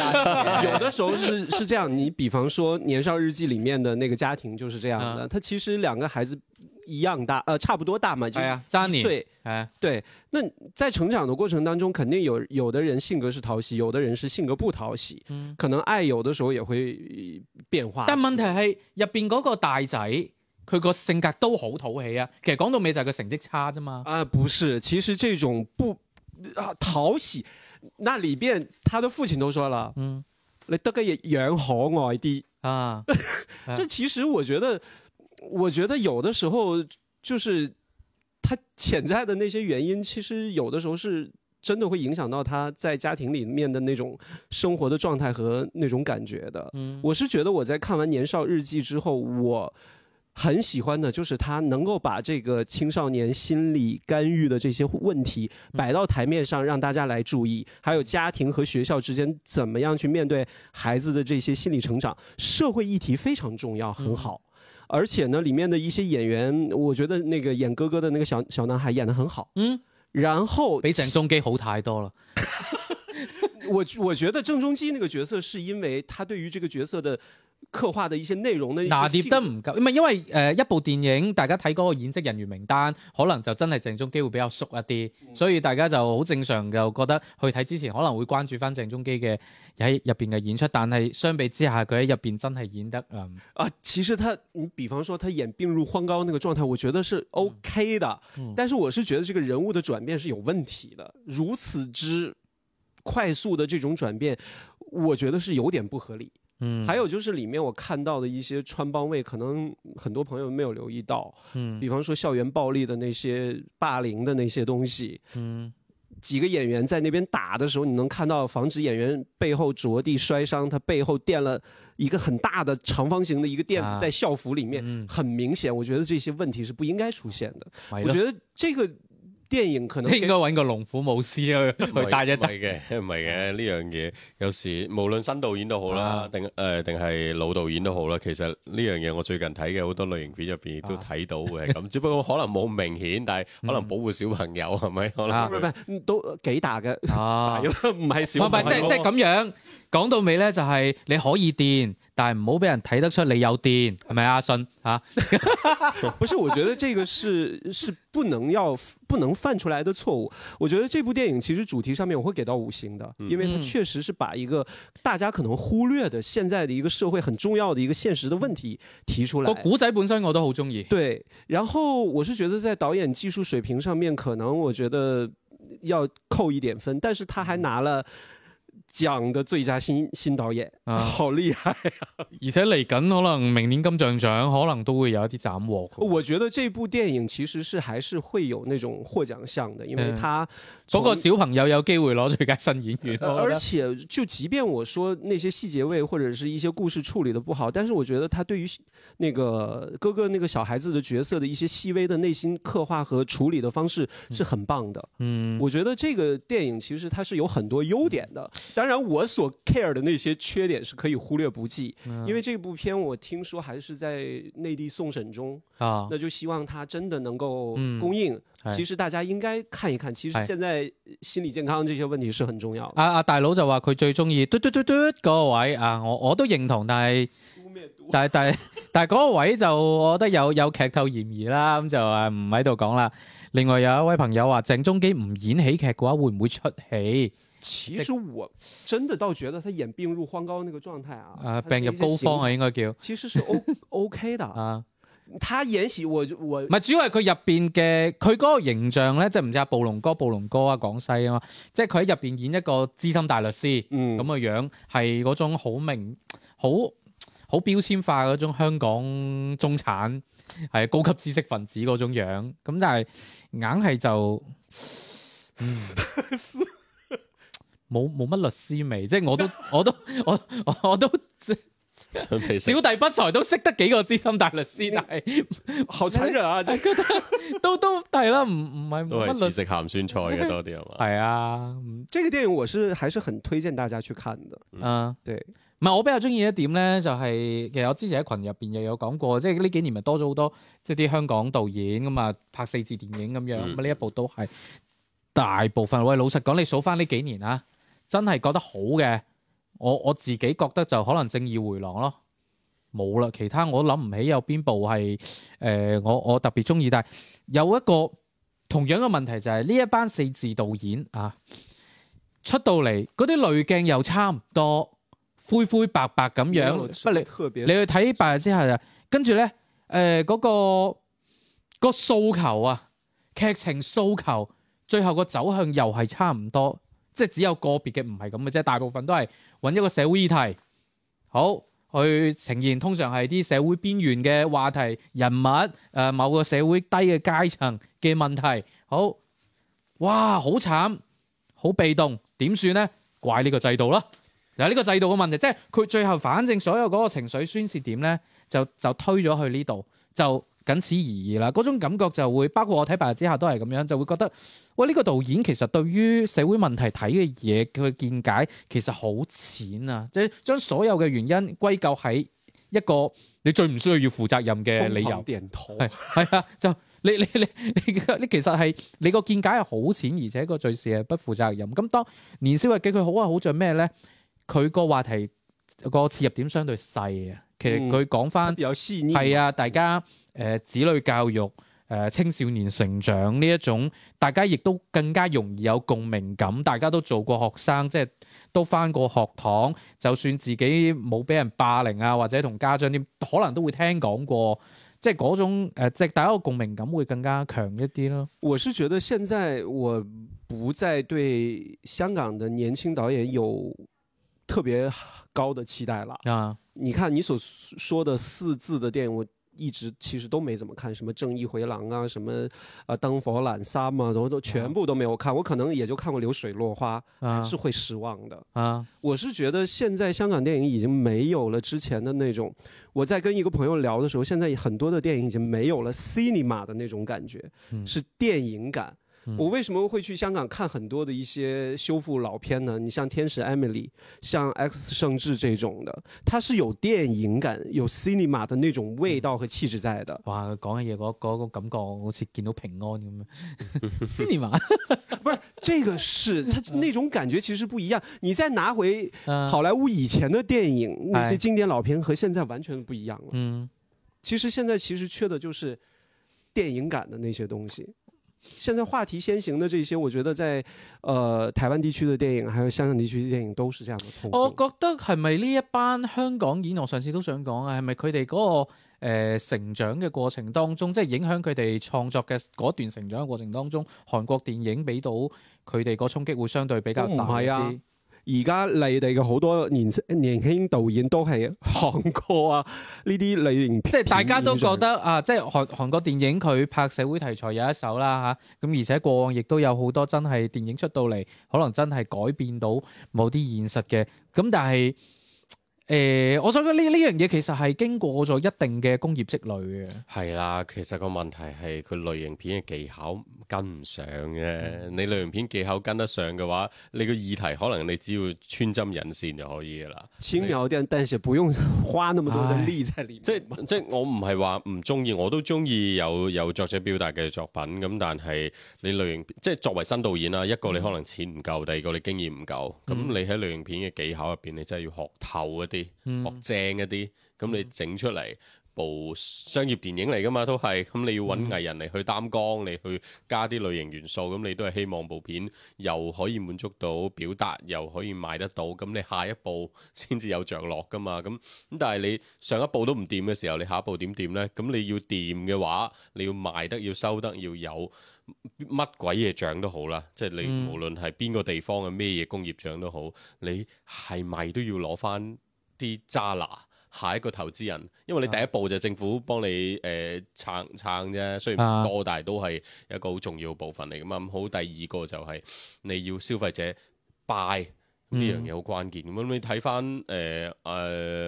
嘅
有的时候是是这样，你比方说《年少日记》里面的那个家庭就是这样的，
嗯
他其实两个孩子一样大，呃，差不多大嘛，就
係啊，爭
一
年
岁。
係啊
对，那在成长的过程当中，肯定有有的人性格是讨喜，有的人是性格不讨喜，
嗯
可能爱有的时候也会呃变化。
但問題係入邊嗰個大仔，佢個性格都好討喜啊。其實講到尾就係佢成績差啫嘛。
啊、不是，其实这种不啊讨喜，那里边他的父亲都说了，
嗯
你得个养可爱啲。
啊，啊
这其实我觉得，我觉得有的时候就是他潜在的那些原因，其实有的时候是真的会影响到他在家庭里面的那种生活的状态和那种感觉的。
嗯
我是觉得我在看完《年少日记》之后，我很喜欢的就是他能够把这个青少年心理干预的这些问题
嗯
摆到台面上，让大家来注意，还有家庭和学校之间怎么样去面对孩子的这些心理成长，社会议题非常重要，很
嗯
好。而且呢，里面的一些演员，我觉得那个演哥哥的那个小小男孩演得很好。
嗯，
然后
比鄭中基好太多啦。
我我觉得郑中基那个角色是因为他对于这个角色的刻画的一些内容的一些
拿捏
性
得唔夠，唔係因為誒、呃一部電影，大家睇嗰個演職人員名單，可能就真係鄭中基會比較縮一啲，所以大家就好正常就覺得去睇之前可能會關注翻鄭中基嘅喺入邊嘅演出，但係相比之下，佢喺入邊真係演得嗯
啊，其实他，你比方说他演病入荒郊那个状态，我觉得是 OK 的，
嗯
但是我是觉得这个人物的转变是有问题的，如此之快速的这种转变，我觉得是有点不合理。
嗯，
还有就是里面我看到的一些穿帮位，可能很多朋友没有留意到，
嗯
比方说校园暴力的那些霸凌的那些东西，
嗯
几个演员在那边打的时候，你能看到防止演员背后着地摔伤，他背后垫了一个很大的长方形的一个垫
啊
子在校服里面，
嗯，哎
很明显，我觉得这些问题是不应该出现的。
係
我
咯，
觉得这个电影可能
應該揾個龍虎武師去
唔
去
係
帶一
唔
帶，
係嘅， 唔係嘅呢樣嘢，有時無論新導演都好啦
啊，
定誒定係老導演都好啦，其實呢樣嘢我最近睇嘅好多類型片入邊亦都
啊
睇到會係 咁，只不過可能冇明顯，但係可能
嗯
保護小朋友係咪？可
啊
能
不是
會
不是 都几打嘅，
啊
唔。 系
唔係
小
唔
朋
係，
友
即係即係咁樣講到尾咧，就係你可以電，但係唔好俾人睇得出你有電，係咪啊阿信啊？
不是，我觉得这个是是不能要不能犯出来的错误。我觉得这部电影其实主题上面我会给到五星的，因为它
嗯
确实是把一个大家可能忽略的现在的一个社会很重要的一个现实的问题提出来
個。古仔本身我都好中意。
对，然后我是觉得在导演技术水平上面，可能我觉得要扣一点分，但是他还
嗯
拿了奖的最佳新新导演，
啊
好厉害！
而且嚟緊可能明年金像獎可能都會有一啲斬獲。
我觉得这部电影其实是还是会有那种获奖项的，因为
嗯
他
嗰個
从
小朋友有機會攞最佳新演員，
呃
我覺
而
得
且，就即便我说那些细节位或者是一些故事处理的不好，但是我觉得他对于那个哥哥那个小孩子的角色的一些细微的内心刻画和处理的方式是很棒的。
嗯，
我觉得这个电影其实它是有很多优点的，
嗯
当然我所 care 的那些缺点是可以忽略不计，
嗯
因为这部片我听说还是在内地送审中，
啊
那就希望它真的能够
嗯
公映。
係
其实大家应该看一看，其
哎
实现在心理健康这些问题是很重要的。
阿阿啊大佬就話佢最中意嘟嘟嘟嘟嗰個位啊，我我都認同，但係但係但係但係嗰個位就我覺得有有劇透嫌疑啦，咁就誒唔喺度講啦。另外有一位朋友話鄭中基唔演喜劇嘅話，會唔會出戲？
其实我真的倒觉得他演病入荒郊那个状態啊，
啊，
他的
病入
一些
膏
行
肓啊，
為
應該叫
其实是 O OK 的。
啊。
他演喜我就我
唔係，主要係佢入邊嘅佢嗰個形象咧，即係唔知阿暴龍哥、暴龍哥啊、廣西啊嘛，即係佢喺入邊演一個資深大律師
嗯
咁嘅樣，係嗰種好明好好標籤化嗰種香港中產係高級知識分子嗰種樣，咁但係硬係就嗯冇冇乜律師味，即係我都我都我我我都
準備食
小弟不才都識得幾個資深大律師，但係。
好残 忍啊！这个
都都係啦，唔唔係
都
冇
係
乜
似
律
食鹹酸菜嘅多啲係嘛？
係 啊，嗯
这个电影我是还是很推荐大家去看的。
啊，
对，
唔係我比較中意一點咧，就係、其實我之前喺群入邊又有講過，即係呢幾年咪多咗好多即係啲香港導演咁啊拍四字電影咁樣，咁
嗯
啊呢、一部都係大部分喂老實講，你數翻呢幾年啊，真係覺得好嘅，我我自己覺得就可能正義回廊咯。冇啦，其他我諗唔起有邊部係誒、呃我我特別中意，但係有一個同樣嘅問題就係、呢一班四字導演啊出到嚟嗰啲濾鏡又差唔多，灰灰白白咁樣，不你
特别
你去睇白日之下就跟住咧誒嗰個、個訴求啊，劇情訴求，最後個走向又係差唔多，即係只有個別嘅唔係咁嘅啫，大部分都係揾一個社會議題，好去呈現，通常係啲社會邊緣嘅話題、人物誒、呃某個社會低嘅階層嘅問題，好哇好慘，好被動，點算呢？怪呢個制度啦！嗱，呢個制度嘅問題，即係佢最後反正所有嗰個情緒宣泄點咧，就就推咗去呢度，就僅此而已啦。嗰種感覺就會包括我睇《白日之下》都係咁樣，就會覺得喂呢、個導演其實對於社會問題睇嘅嘢佢嘅見解其實好淺啊，即係將所有嘅原因歸咎喺一個你最唔需要要負責任嘅理由。
點頭，
係係啊，就你 你你你你其實係你個見解係好淺，而且個敘事係不負責任。咁當年少日記佢好啊好在咩咧？佢個話題個切入點相對細啊。其實佢講翻
有細膩，
係啊，大家誒、呃子女教育、誒、呃青少年成長呢一種，大家亦都更加容易有共鳴感。大家都做過學生，即係都翻過學堂，就算自己冇俾人霸凌啊，或者同家長啲，可能都會聽講過。即係嗰種、呃、即係大家個共鳴感會更加強一啲咯。
我是觉得现在我不再对香港的年轻导演有特别高的期待了。
啊，
你看你所说的四字的电影，我一直其实都没怎么看，什么《正义回廊》啊，什么呃《灯火阑珊》嘛，然后都全部都没有看。我可能也就看过《流水落花》，
啊
是会失望的。
啊，
我是觉得现在香港电影已经没有了之前的那种，我在跟一个朋友聊的时候，现在很多的电影已经没有了 cinema 的那种感觉，
嗯
是电影感。
嗯
我为什么会去香港看很多的一些修复老片呢？你像《天使 Emily》、像《X 圣志》这种的，它是有电影感、有 cinema 的那种味道和气质在的。
哇！佢講嘅嘢嗰嗰個感覺，我好似見到平安咁樣。cinema
不是，这个是它
嗯
那种感觉其实不一样。你再拿回
啊
好莱坞以前的电影，那
哎
些经典老片和现在完全不一样了。
嗯。
其实现在其实缺的就是电影感的那些东西。现在话题先行的这些，我觉得在呃台湾地区的电影，还有香港地区的电影都是这样的痛
我
苦。
覺得係咪呢一班香港演，我上次都想講啊，係咪佢哋嗰個、呃、成長嘅過程當中，即係影響佢哋創作嘅嗰段成長嘅過程當中，韓國電影俾到佢哋個衝擊會相對比較
都唔
大
係
啲。
啊而家你哋嘅好多年年輕導演都係韓國啊呢啲類型片，
即係大家都
片上
覺得啊，即係韓韓國電影佢拍社會題材有一手啦嚇，咁、而且過往亦都有好多真係電影出到嚟，可能真係改變到某啲現實嘅。咁但係誒、我想講呢呢樣嘢其實係經過咗一定嘅工業積累嘅。
係啦，其實個問題係佢類型片嘅技巧跟唔上嘅。
嗯
你類型片技巧跟得上嘅話，你個議題可能你只要穿針引線就可以㗎啦。
輕描淡但是不用花那麼多的力在裡面。
即即我唔係話唔中意，我都中意有有作者表達嘅作品咁，但係你類型即係作為新導演啦，一個你可能錢唔夠，第二個你經驗唔夠，咁、你喺類型片嘅技巧入邊，你真係要學透一啲，學精一啲，咁你整出嚟。部商業電影嚟噶嘛，都係咁你要揾藝人嚟去擔綱，你去加啲類型元素，咁你都係希望部片又可以滿足到表達，又可以賣得到，咁你下一步先至有着落噶嘛。咁咁但係你上一步都唔掂嘅時候，你下一步點掂呢？咁你要掂嘅話，你要賣得，要收得，要有乜鬼嘢獎都好啦，即係
嗯
你無論係邊個地方嘅咩嘢工業獎都好，你係咪都要攞翻啲渣拿？下一個投資人，因為你第一步就政府幫你誒、呃、撐撐啫，雖然
啊
唔多，但係都係一個好重要嘅部分嚟噶嘛。咁好，第二個就係你要消費者 buy 咁呢樣嘢好關鍵。咁、你睇翻誒誒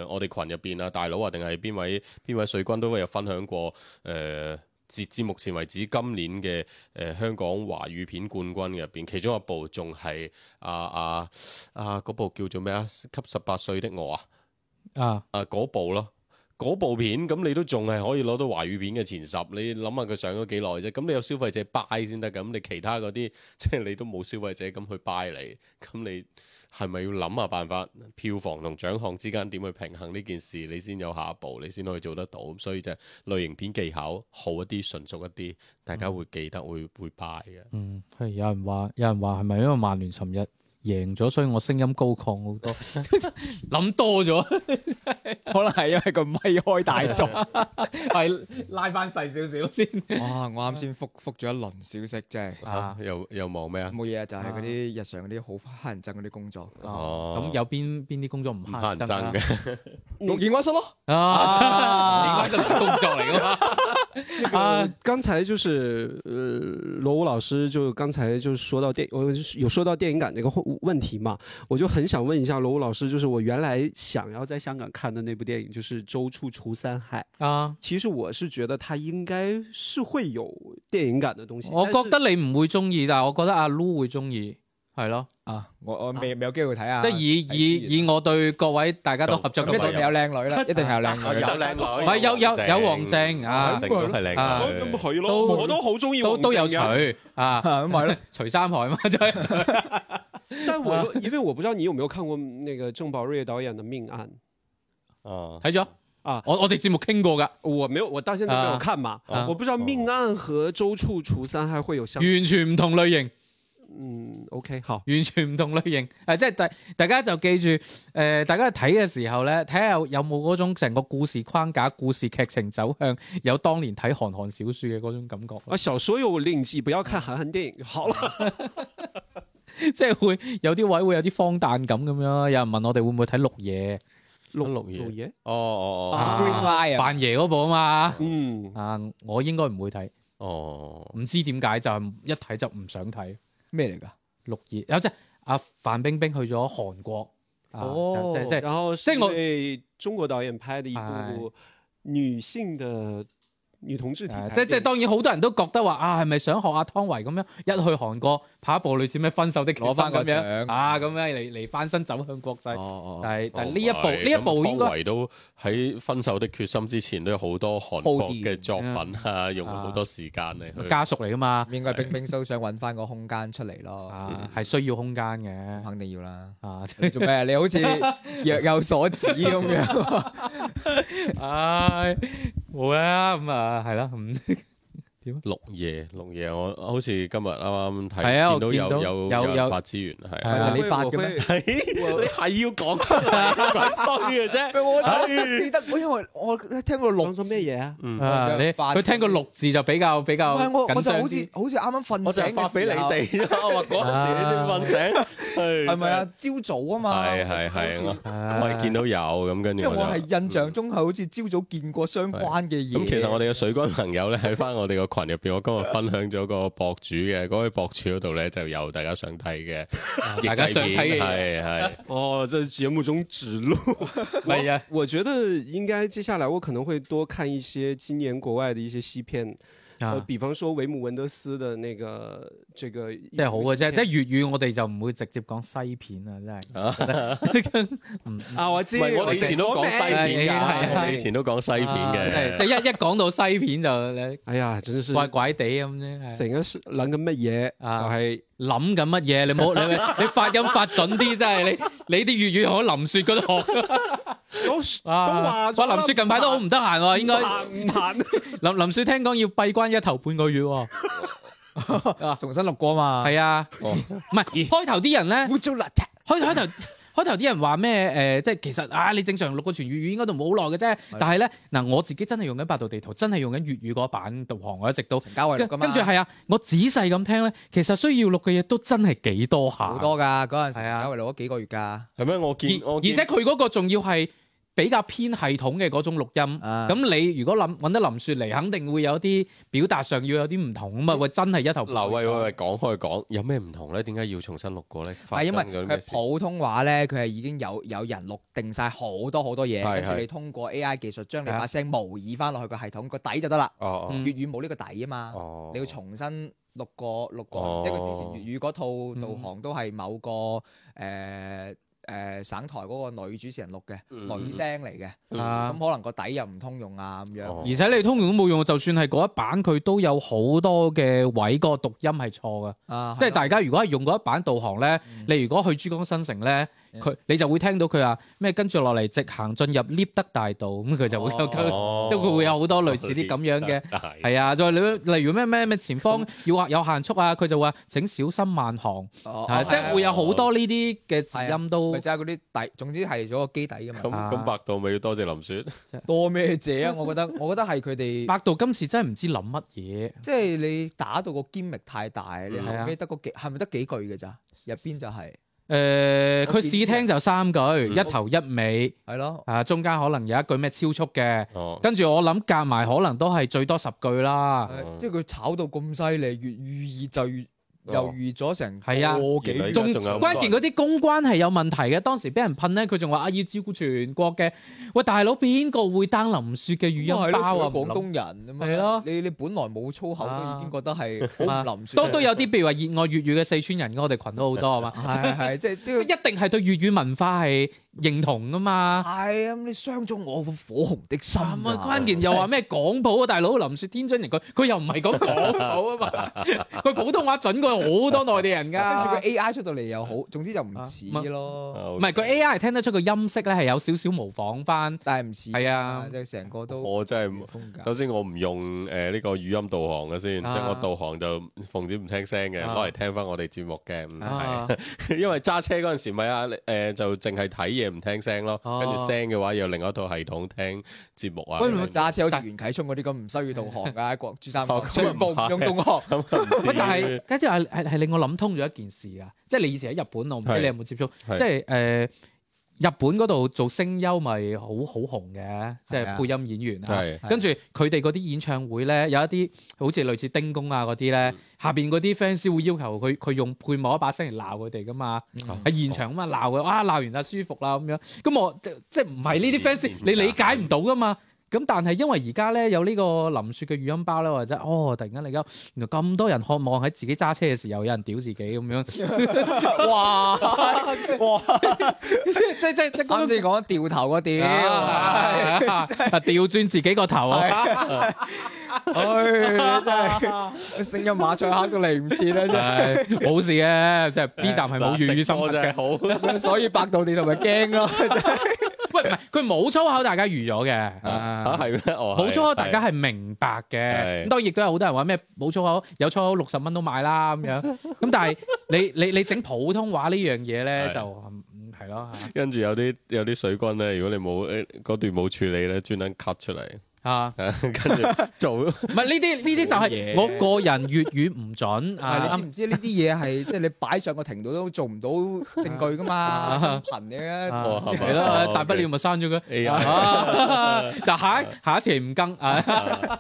我哋群入邊啊，大佬啊，定係邊位邊位水軍都有分享過誒。呃截至目前為止，今年嘅誒、呃香港華語片冠軍入邊，其中一部仲係啊啊啊嗰部叫做咩啊？給十八歲的我啊！
啊，
啊嗰部咯，嗰部片咁你都仲係可以攞到華語片嘅前十，你諗下佢上咗幾耐啫？咁你有消費者 buy 先得㗎，咁你其他嗰啲 即係你都冇消費者咁去 buy 你，咁你係咪要諗下辦法票房同獎項之間點去平衡呢件事，你先有下一步，你先可以做得到。咁所以就係類型片技巧好一啲，純熟一啲，大家會記得會會 buy 嘅。
嗯，係有人話，有人話係咪因為曼聯尋日贏咗，所以我聲音高亢好多？ 諗多咗，
可能係因為個咪開大 咗。
係拉翻細少少先。
哇！我啱先覆覆咗一輪消息，真係
啊，
又又望咩啊？
冇嘢啊，就係嗰啲日常嗰啲好乞人憎嗰啲工作，
哦咁有邊邊啲工作唔啊
唔乞
嘅
人憎嘅，
錄演嗰室咯，
啊？而家就工作嚟噶嘛？啊
啊，刚才就是呃，罗武老师就刚才就是说到电，我有说到电影感这个话问题嘛，我就很想问一下罗武老师，就是我原来想要在香港看的那部电影，就是《周处除三害》，
啊！
其实我是觉得它应该是会有电影感的东西，
我
但
覺
是
得你唔會中意，但係我覺得阿 Lu 會中意，係咯，
啊，我我未未有機會睇啊，
即係以以以我對各位大家都合作
咁
嘅
咁
一
朋
定
友，
有靚 女啦，一定係 有靚
有
女。
靚女，
唔係有有有王
王
靜啊
正都係
啊
我
靚
咁
女。
係
都
咯，我都哦好中意
都
王
都有除
靜嘅
啊，
咁咪咯，
除三害嘛，就係
但
啊
我又因为我不知道你有没有看过那个郑宝瑞导演的《命
啊
案
哦
睇咗
啊
我我哋節目傾過㗎，》，
我没有，我到现在没有看嘛，
啊啊
我不知道《命案》和《周处除三害》会有相。
完全唔同類型。
嗯，OK，好，
完全唔同類型，誒、 啊即係大大家就記住，誒、大家睇嘅時候咧，睇下有冇嗰種成個故事框架、故事劇情走向，有當年睇韓寒小説嘅嗰種感覺，
啊，小说又另计，不要看韩寒电影就好 了。
即係會有啲位會有啲荒誕感咁樣。有人問我哋會唔會睇綠野
陆
陸爺
陆爷，
哦哦
啊
Green Line 啊，
扮爺嗰部啊
嗯
嘛，，啊，我應該唔會睇，
哦哦，
唔知點解就係一睇就唔想睇
咩嚟㗎？
綠野，啊有即係阿范冰冰去咗韓國，啊、
哦
即係即係
然后
即
是
係我
对中国导演拍的一
哎
部女性的女同 志题
啊
材
即
电影，
係即係當然好多人都覺得話啊，係咪想學阿湯唯咁樣，一去韓國拍一部類似咩分手的決心
攞返
咁
個
樣
獎
啊，咁樣嚟嚟翻身走向國際。
哦
但係但係呢
哦
一部
係
呢一部
咁
應該
湯唯都喺分手的決心之前都有好多韓國嘅作品啊，用咗好多時間嚟去。
家屬嚟噶嘛，
應該係冰冰都想揾翻個空間出嚟咯，
啊係需要空間嘅
肯定要啦。
啊
你做咩？你好 似若有所指咁樣。
唉冇啊咁啊係啦咁
綠夜，綠夜，我好似今日啱啱睇，
係啊我
見到
見到
有有
有
有
有
人發資源係
係
啊。
啊
你發嘅咩
咩？
係你係要講出嚟，鬼衰嘅啫。
我我記得，因為我聽過
講
六
咗咩嘢啊？
嗯，
啊你
發
佢聽個六字就比較比較
唔係我我
緊
就
張
好
啲
似好似啱啱瞓
我就
醒
發俾你
嘅時
哋啦。我話嗰陣時你先瞓醒，
候，係咪啊？？朝早啊嘛，
係係係，我
啊
我係見到有咁，跟住
因為
我
我
就
係印象中係好似朝早見過相關嘅嘢。
咁其實我哋嘅水軍朋友咧喺翻我哋個群入邊，我今日分享咗個博主嘅，嗰位博主嗰度咧就有大家想睇嘅
啊
翼
大
仔
家想睇嘅
片，
嘢
係係
哦，这节目中指路。
係啊
我觉得应该接下来我可能会多看一些今年国外的一些西片，呃，
啊
比方说维姆文德斯的那个这个，即
即係好嘅啫，即係粵語我哋就唔會直接講西片啊，真係。
啊，我知，
唔係我哋以前都講西片㗎，
係係係
我哋以前都講西片
啊
嘅
即係。即係一一講到西片就你
哎呀，真是
怪怪地咁啫。係
成日是諗緊乜嘢，
啊
就係
諗緊乜嘢？你冇你你 發音發準啲，真係你你啲粵語同我林雪嗰度學。
都都
啊！
話咗
哇，
啦
林雪近排都好唔得閒喎，應該
唔行
林林雪聽講要閉關一頭半個月喎。
重新錄過嘛，
係啊，
哦
唔係開頭啲人咧，
污糟邋遢。
開開頭。開頭啲人話咩？誒，即係其實啊，你正常錄個全粵語應該都冇好耐嘅啫。但係咧，嗱，我自己真係用緊百度地圖，真係用緊粵語嗰版導航，我一直都
陳家偉
跟
錄噶嘛，
跟住係啊，我仔細咁聽咧，其實需要錄嘅嘢都真係幾多下，
好多㗎嗰
係
陣時，陳
啊
家偉錄咗幾個月㗎。
係咩？我見
而
我
而且
見
佢嗰個仲要係比較偏系統嘅嗰種錄音。
啊
咁你如果諗揾得林雪嚟，肯定會有啲表達上要有啲唔同啊嘛！喂，真係一頭
劉喂喂喂講開講，有咩唔同咧？點解要重新錄過咧？
係啊因為
發生咗啲咩
佢
事
普通話咧，佢係已經有有人錄定晒好多好多嘢，
係
跟住
係
你通過 AI 技術將你
係啊
把聲模擬翻落去個系統個底就得啦。
哦
嗯
粵語冇呢個底啊
哦
嘛，
哦，
你要重新錄過錄
哦
過，即係佢之前粵語嗰套導航都係某個誒誒省台嗰個女主持人錄嘅
嗯
女聲嚟嘅，
嗯
啊
咁！可能個底又唔通用啊咁
哦
樣。
而且你通用都冇用，就算係嗰一版，佢都有好多嘅位個讀音係錯嘅。
啊，
即係
係咯
大家如果係用嗰一版導航咧，
嗯
你如果去珠江新城咧，
嗯
佢你就會聽到佢話咩跟住落嚟直行進入 lift 德大道，咁佢就會有佢，
哦
因為佢會有好多類似啲咁樣嘅。
係
係啊，再例如例如咩咩咩前方要有限速啊，佢就話請小心慢航，
哦
係啊
哦
即係會有好多呢啲嘅
係
字
啊
音都
咪就係嗰啲底，總之係咗個基底㗎
咁
嘛。
啊
咁百度咪要多謝林雪。
多咩者啊？我覺得我覺得係佢 哋。
百度今次真係唔知諗乜嘢，
即係你打到個堅力太大，你
嗯
後尾得嗰幾係咪得幾句嘅咋？入邊就係
诶，佢
我
試
點
聽就三句，
嗯
一頭一尾，
係咯，
啊，中間可能有一句咩超速嘅，
哦，
跟住我諗夾埋可能都係最多十句啦。
誒即係佢炒到咁犀利，越預熱就越又
哦
預咗成
係啊
個
原
幾
來
鐘
仲
仲
有好多
關鍵嗰啲公關係有問題嘅，當時俾人噴咧，佢仲話啊要照顧全國嘅。喂，大佬邊個會 down 林雪嘅語音包啊？
廣
唔
東人咁樣
係咯
你你本來冇粗口都已經覺 得係
啊
好唔林雪
諗都都有啲，譬如話熱愛粵語嘅四川人，我哋群都好多啊嘛。
係係係，即係即
一
係
定係對粵語文化係認同噶嘛。
係啊！你傷咗我火紅的心啊！
咁啊，關鍵又話咩港普啊，大佬林雪天津人佢佢又唔係講港普啊嘛，佢普通話準過好多內地人
跟住
㗎
佢。AI 出到嚟又好，總之就
啊
唔似咯，
唔
唔係佢 A I 聽得出個音色咧係有少少模仿翻，
但係唔似
係啊
即係成個都
我真係唔
風格
首。先我唔用誒呢個語音導航嘅先，即係
啊
我導航就奉旨唔聽聲嘅，
啊
攞嚟聽翻我哋節目嘅，唔
啊
係， 因為揸車嗰陣時咪啊，你誒就淨係睇嘢唔聽聲咯，
哦
跟住聲嘅話有另外一套系統聽節目啊。
喂
咁樣
唔
揸車好似袁啟聰嗰啲咁唔需要 導航㗎，國珠三角
哦
全部唔用導航。
咁啊唔知
喂，但係跟住係係係令我諗通咗一件事啊！即係你以前喺日本，我唔知
係
你有冇接觸，即
係
係誒、呃日本嗰度做聲優咪好好紅嘅，即係
係啊
配音演員啊。
係
跟住佢哋嗰啲演唱會咧，有一啲好似類似丁公啊嗰啲咧，下邊嗰啲 fans 會要求佢佢用配某一把聲嚟鬧佢哋噶嘛，喺現場咁啊鬧佢，啊鬧完啊舒服啦咁樣。咁我即即係唔係呢啲 fans，你理解唔到噶嘛？咁但係因為而家咧有呢個林雪嘅語音包咧，或者哦突然間你而家原來咁多人渴望喺自己揸車嘅時候有人屌自己咁樣，
哇哇！
即即即
啱先講掉頭嗰
屌，
屌，
啊調轉自己個頭啊！
唉，真係聲音馬賽克都嚟唔切啦，真係。
唉冇事嘅，即係 B 站係冇粵語
直
生
播
物
真
嘅
係。好。
所以百度地圖咪驚咯。
喂，唔係佢冇粗口，大家預咗嘅。
啊，係咩？哦，
冇粗口，
係
大家係明白
係
嘅。咁當然亦都有好多人話咩冇粗口，有粗口六十蚊都買啦咁樣。咁但係你你你整普通話呢樣嘢咧，
係
就嗯係咯
跟住有啲有啲水軍咧，如果你冇誒嗰段冇處理咧，專登 cut 出嚟，
嚇啊，
跟住做
唔係呢啲呢啲就係我個人粵語唔準
啊
啊
你。知唔知 呢啲嘢係即係你擺上個庭度都做唔到證據噶嘛？
啊
咁貧嘅，
啊
哦係嘛
係咯，
哦
大不
OK
了咪刪 咗佢。
AI
啊！ 但下一下一次唔更， 唉，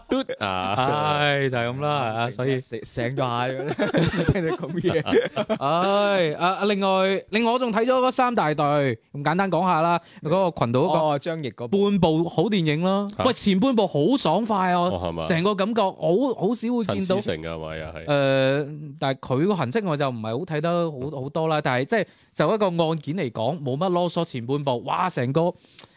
嘟啊，
唉就係咁啦，啊所以。
醒醒咗下嘅， 聽你講嘢。
唉，啊啊！另外，另外我仲睇咗嗰三大隊，咁簡單講下啦。嗰、個群島嗰、
哦，張譯
個、
嗰
半部好電影啦，
嚇
喂，前半部好爽快
啊
啊，
哦係嘛？
成個感覺好好少會
陳
見到
思。成㗎係咪又係
誒、？但係佢個痕跡我就唔係好睇得
嗯
好好多啦。但係即係就一個案件嚟講，冇乜囉嗦。前半部，哇！成個誒、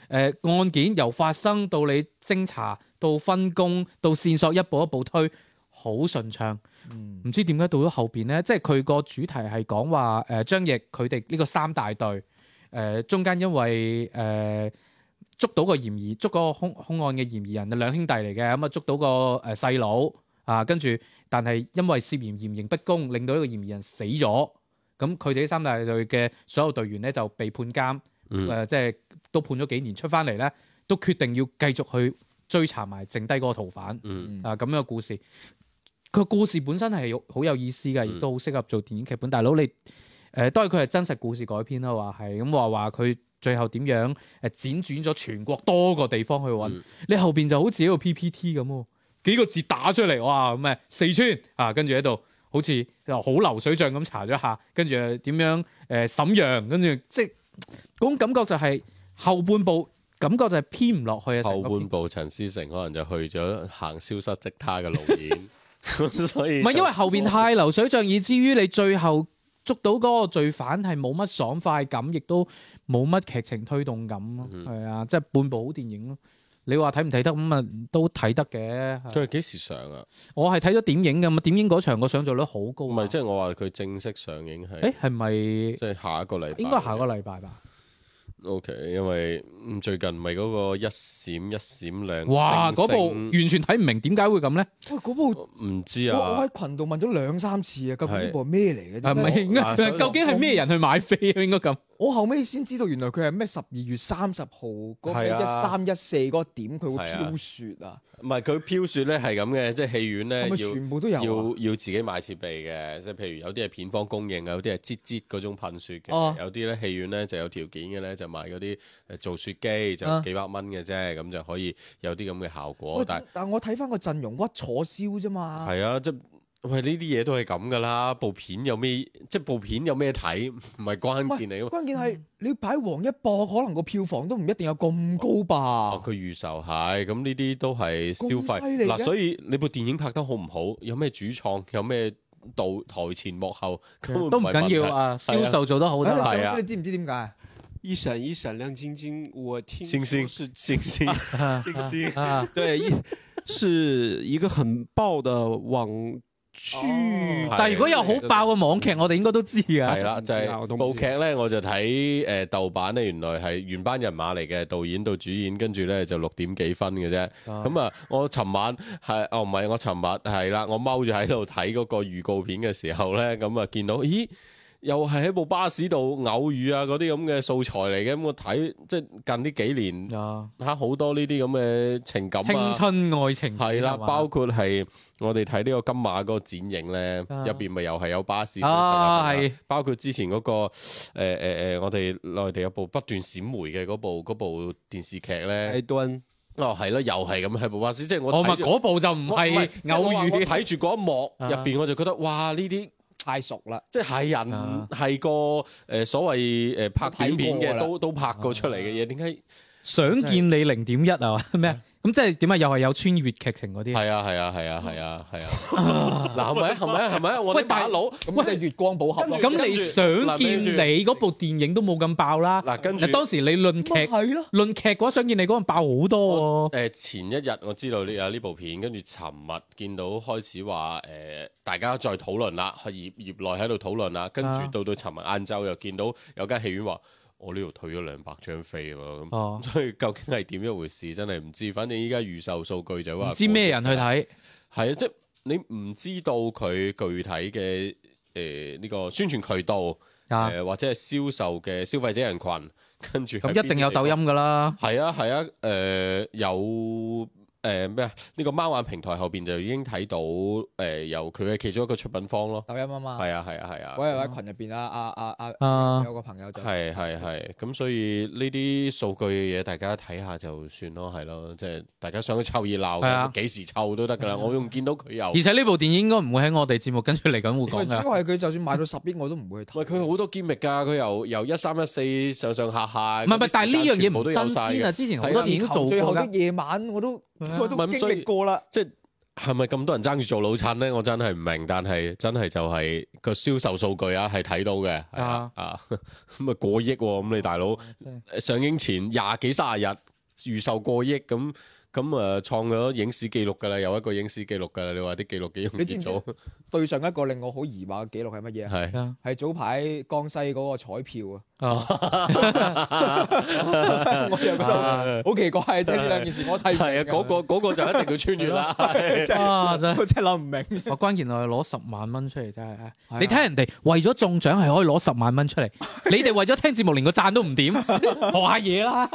呃案件由發生到你偵查，到分工，到線索一步一步推，好順暢。
嗯
唔知點解到咗後邊咧，即係佢個主題係講話誒張譯佢哋呢個三大隊誒、呃中間因為誒、呃捉到個嫌疑，捉嗰個兇兇案嘅嫌疑人兩兄弟嚟嘅，咁啊捉到個誒細佬啊，跟住但係因為涉嫌嫌刑不公，令到呢個嫌疑人死咗，咁佢哋三大隊嘅所有隊員咧就被判監。誒、
嗯，
即係都判咗幾年出翻嚟咧，都決定要繼續去追查埋剩低嗰個逃犯
嗯。
嗯
啊咁樣嘅故事。佢故事本身係有好有意思嘅，
嗯
亦都好適合做電影劇本。大佬你誒、呃，當然佢係真實故事改編啦，啊話係咁話話佢最後點樣誒輾轉咗全國多個地方去揾，
嗯
你後邊就好似一個 PPT 咁喎，幾個字打出嚟，哇咁誒四川啊，跟住喺度好似又好流水帳咁查咗一下，跟住誒點樣誒、呃、沈陽，跟住即係嗰種感覺就係、後半部感覺就係編唔落去啊，成
後
個編
半部陳思成可能就去咗行消失即他嘅路 演，咁所以
唔係因為
為
後邊太流水帳，以至於你最後捉到嗰個罪犯係冇乜爽快感，亦都冇乜劇情推動感咯。
嗯
係、啊，即係半部好電影咯。你話睇唔睇得咁啊？都睇得嘅。係
佢係幾時上啊？
我係睇咗點映嘅嘛，點映嗰場個上座率好高
唔
啊。
係即係我話佢正式上映係，
誒係咪
即係下一個禮拜，
應該下個。禮拜吧？
O K，因為嗯最近咪嗰個一閃一閃亮，
哇！
星
嗰部
星
完全睇唔明點解會咁咧？
喂，嗰部
唔知
我我
啊，
喺群度問咗兩三次啊，究竟呢部係咩嚟嘅？
係咪
點解
應該
啊所以我
究竟係咩人去買飛啊？應該咁
我後尾先知道原來佢係咩十二月三十號嗰個
係
一
啊
三一四嗰個點佢會
係啊
飄雪啊，
唔係佢飄雪咧係咁嘅，即係戲院咧
係咪
要
全部都有啊？
要要自己買設備嘅，即係譬如有啲係片方供應啊，有啲係擠擠嗰種噴雪嘅，
哦
有啲咧戲院咧就有條件嘅咧就買嗰啲誒做雪機就
啊
幾百蚊嘅啫，咁就可以有啲咁嘅效果，
喂
但係。
但我睇翻個陣容屈楚蕭啫嘛，
系啊，即係喂呢啲嘢都係咁噶啦，部片有咩即系部片有咩睇，唔係關鍵嚟噶嘛。嗯
關鍵係你擺黃一博，可能個票房都唔一定有咁高
哦
吧，？
佢預售係咁呢啲都係消費
咁犀利嘅
嗱，所以你部電影拍得好唔好，有咩主創，有咩導台前幕後，根本
都唔
係問題
緊要啊，
係啊
銷售做得好得啦。
哎
係啊
你知唔知點解？
一闪一闪亮晶晶，我听
星星
说是
星星 星星，
啊，
对，一是一个很爆的网剧，
哦
但係如果有好爆嘅網劇，我哋應該都知㗎。
係啦，
唔知
就
啊
係
我都唔知
部劇咧，我就睇誒豆瓣咧，原來係原班人馬嚟嘅，導演到主演，跟住咧就六點幾分嘅啫。咁啊，我尋晚係哦，唔係我尋日係啦，我踎住喺度睇嗰個預告片嘅時候咧，咁啊見到咦。又係喺部巴士度偶遇啊，嗰啲咁嘅素材嚟嘅，咁我睇即係近呢幾年
啊
嚇好多呢啲咁嘅情感
青
啊，
春愛情
係啦，
嘛
包括係我哋睇呢個金馬嗰個展映咧，
啊
入邊咪又係有巴士
啊
係
係
包括之前嗰、個誒誒誒，我哋內地有部不斷閃回嘅嗰部嗰部電視劇
开
咧，
端
哦係咯，又係咁係部巴士，即係我
我咪
睇住
嗰部就哦唔
我唔係
係
即係我
偶
話我
遇，
睇住嗰一幕
啊
入邊，我就覺得哇呢啲。
太熟啦，
即係人
啊
係個誒所謂誒拍短片
睇過
嘅
啦
都
啊
都拍過出嚟嘅嘢，點解
想見你零點一啊嘛咩啊？咁即係點啊？又係有穿越劇情嗰啲。
係啊係啊係啊係啊 係啊！嗱係咪係咪係咪？我
喂
哋
但係
打佬
咁即係月光寶盒咯。
咁你想見你嗰部電影都冇咁爆啦。
嗱跟住啊
嗱，當時你論
咪
劇
係咯，
論劇嘅話，想見你嗰陣爆好多喎。
誒前一日我知道呢有呢部片，跟住尋日見到開始話誒、大家再討論啦，係業業內喺度討論啦，跟
啊
住到到尋日晏晝又見到有間戲院話我呢度退咗兩百張飛喎，咁、
哦，
所以究竟係點一回事真係唔知，反正依家預售數據就話
唔知咩人去，睇。
係啊，即係你唔知道佢具體嘅。誒呢個宣傳渠道，誒、
啊，
或者係銷售嘅消費者人群，跟住喺
咁一定有
邊啲地方
抖音噶啦。
係啊係啊，誒、有誒咩啊？呢、個貓眼平台後邊就已經睇到誒、有佢嘅其中一個出品方咯。
抖音啊嘛。
係啊係啊係啊，
我又喺群入邊啊啊啊啊，
啊，
有個朋友就
係係係。咁所以呢啲數據嘅嘢，大家睇下就算咯，係咯，即係大家想去湊熱鬧
係啊嗯
嘅，幾時湊都得㗎啦。我仲見到佢有
而。且呢部電影應該唔會喺我哋節目跟住嚟緊會
喂
講
主要
噶。
係佢就算賣到十億我都唔會去
喂，
睇。
佢好多揭秘㗎，佢由由一三一四上上下下，
唔係唔係，但係呢樣嘢
全部都
唔
有
新
晒嘅
鮮啊！之前好多電影都做
啊最
過啊
後
噶
啲。夜晚我都我都
唔係咁
經
所以
歷過啦。
即係係咪咁多人爭住做老襯咧？我真係唔明，但係真係就係個銷售數據啊，係睇到嘅，係啊啊， 咁啊過億喎，咁你大佬
真
上映前廿幾卅日預售過億，咁咁啊創咗影視記錄㗎啦，有一個影視記錄㗎啦，你話啲記錄幾容
你
易
知唔知
做？
對上一個令我好疑惑嘅記錄係乜嘢啊？
係
啊
係早排江西嗰個彩票 啊！
啊，
我又覺得好奇怪，即係呢兩件事我睇唔明
係啊， 嗰個嗰個就一定要穿越啦，係
啊真係
我真係諗唔明。
哇！關鍵我係攞十萬蚊出嚟真係啊！你睇人哋為咗中獎係可以攞十萬蚊出嚟，你哋為咗聽節目連個讚都唔點，學下嘢啦。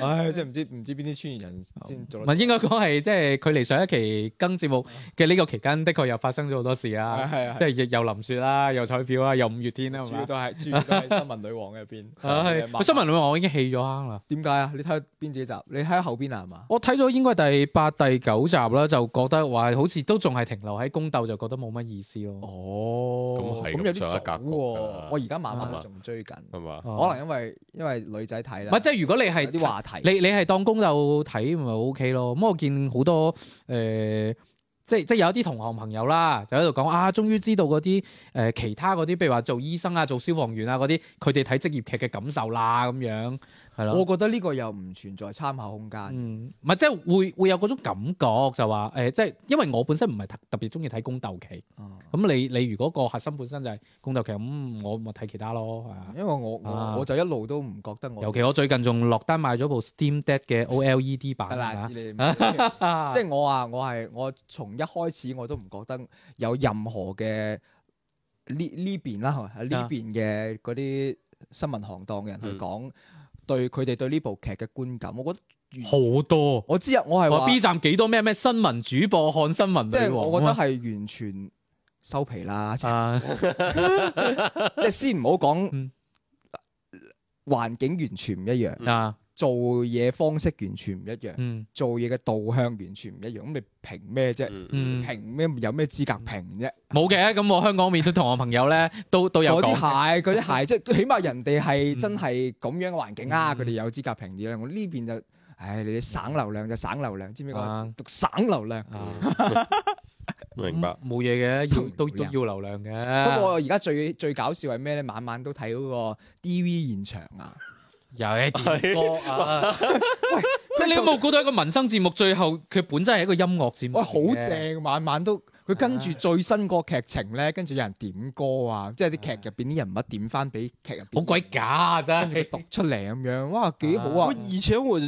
唉，真係唔知唔知邊啲穿越人先做
哦唔
得
係應該講係即係距離上一期更節目嘅呢個期間，的確又發生咗好多事
到。係
啊！
係
即係又淋雪啦，又彩票啊，又五月天啦，
係，
係
主要
嘛？
都係主要都係 新聞女王入邊。
唉，
慢慢
我新聞裏面我已經棄咗坑啦。
點解啊？你睇邊幾集？你睇後邊啊？係嘛？
我睇咗應該第八、第九集啦，就覺得話好似都仲係停留喺宮鬥，就覺得冇乜意思咯。
哦
咁係咁
咁有啲
上一格
早
局
喎。
㗎啦
我而家慢
係
啊
嘛
慢仲追緊，
係嘛？
哦
可能因為因為女仔睇
唔
啦，
係即係如果你
有啲
係
話題。
你你係當宮鬥睇咪 O K 咯。咁我見好多誒、呃即係即係有一啲同行朋友啦，就喺度講啊，終於知道嗰啲誒其他嗰啲，譬如話做醫生啊、做消防員啊嗰啲，佢哋睇職業劇嘅感受啦咁樣，係咯
我。覺得呢個又唔存在參考空間。
嗯，唔係即係會會有嗰種感覺就話誒、呃即係因為我本身唔係特特別中意睇宮鬥劇，
嗯
咁你你如果個核心本身就係宮鬥劇，咁、我咪睇其他咯，係啊。
因為我
啊
我我就一路都唔覺得我
尤其我最近仲落單買咗部 Steam Deck 嘅 OLED
得
版
啦，
啊
知，你唔
啊
即係我話我係我從一開始我都唔覺得
啊
有任何嘅呢呢邊啦，係咪呢邊嘅嗰啲新聞行當嘅人去
嗯
講對佢哋對呢部劇嘅觀感，我覺得完
好多。
我知啊，我係
話
話
B 站幾多咩咩新聞主播看新聞
即
女
係
王
我覺得
啊嘛
係完全收皮啦，即
啊，
係先唔好講
嗯
環境完全唔一樣，
啊，
做嘢方式完全唔一樣，
嗯
做嘢嘅導向完全唔一樣，咁你評咩啫？
嗯，
評咩有咩資格評啫？
冇嘅。咁我香港面都同我朋友咧，都都有講。
嗰啲鞋，嗰啲鞋， 即係起碼人哋係
嗯
真係咁樣嘅環境啊，
嗯
佢哋有資格評啲啦。我呢邊就，唉，你哋省流量就省流量，知唔知
啊
講？讀省流量。
啊
明白。
冇嘢 嘅，要都
都
都要流量嘅。
不過而家最最搞笑係咩咧？晚晚都睇嗰個 DV 現場啊！
又一點歌 啊！喂，你有冇估到一個民生節目最後佢本身係一個音樂節目？
喂，好！正，晚晚都佢跟
啊
住最新個劇情咧，跟住有人點歌啊，即係啲劇入邊啲人物點翻俾劇入邊，
好鬼假啊！真
跟住佢
係
讀出嚟咁樣，哇，幾好
我
啊！
以前我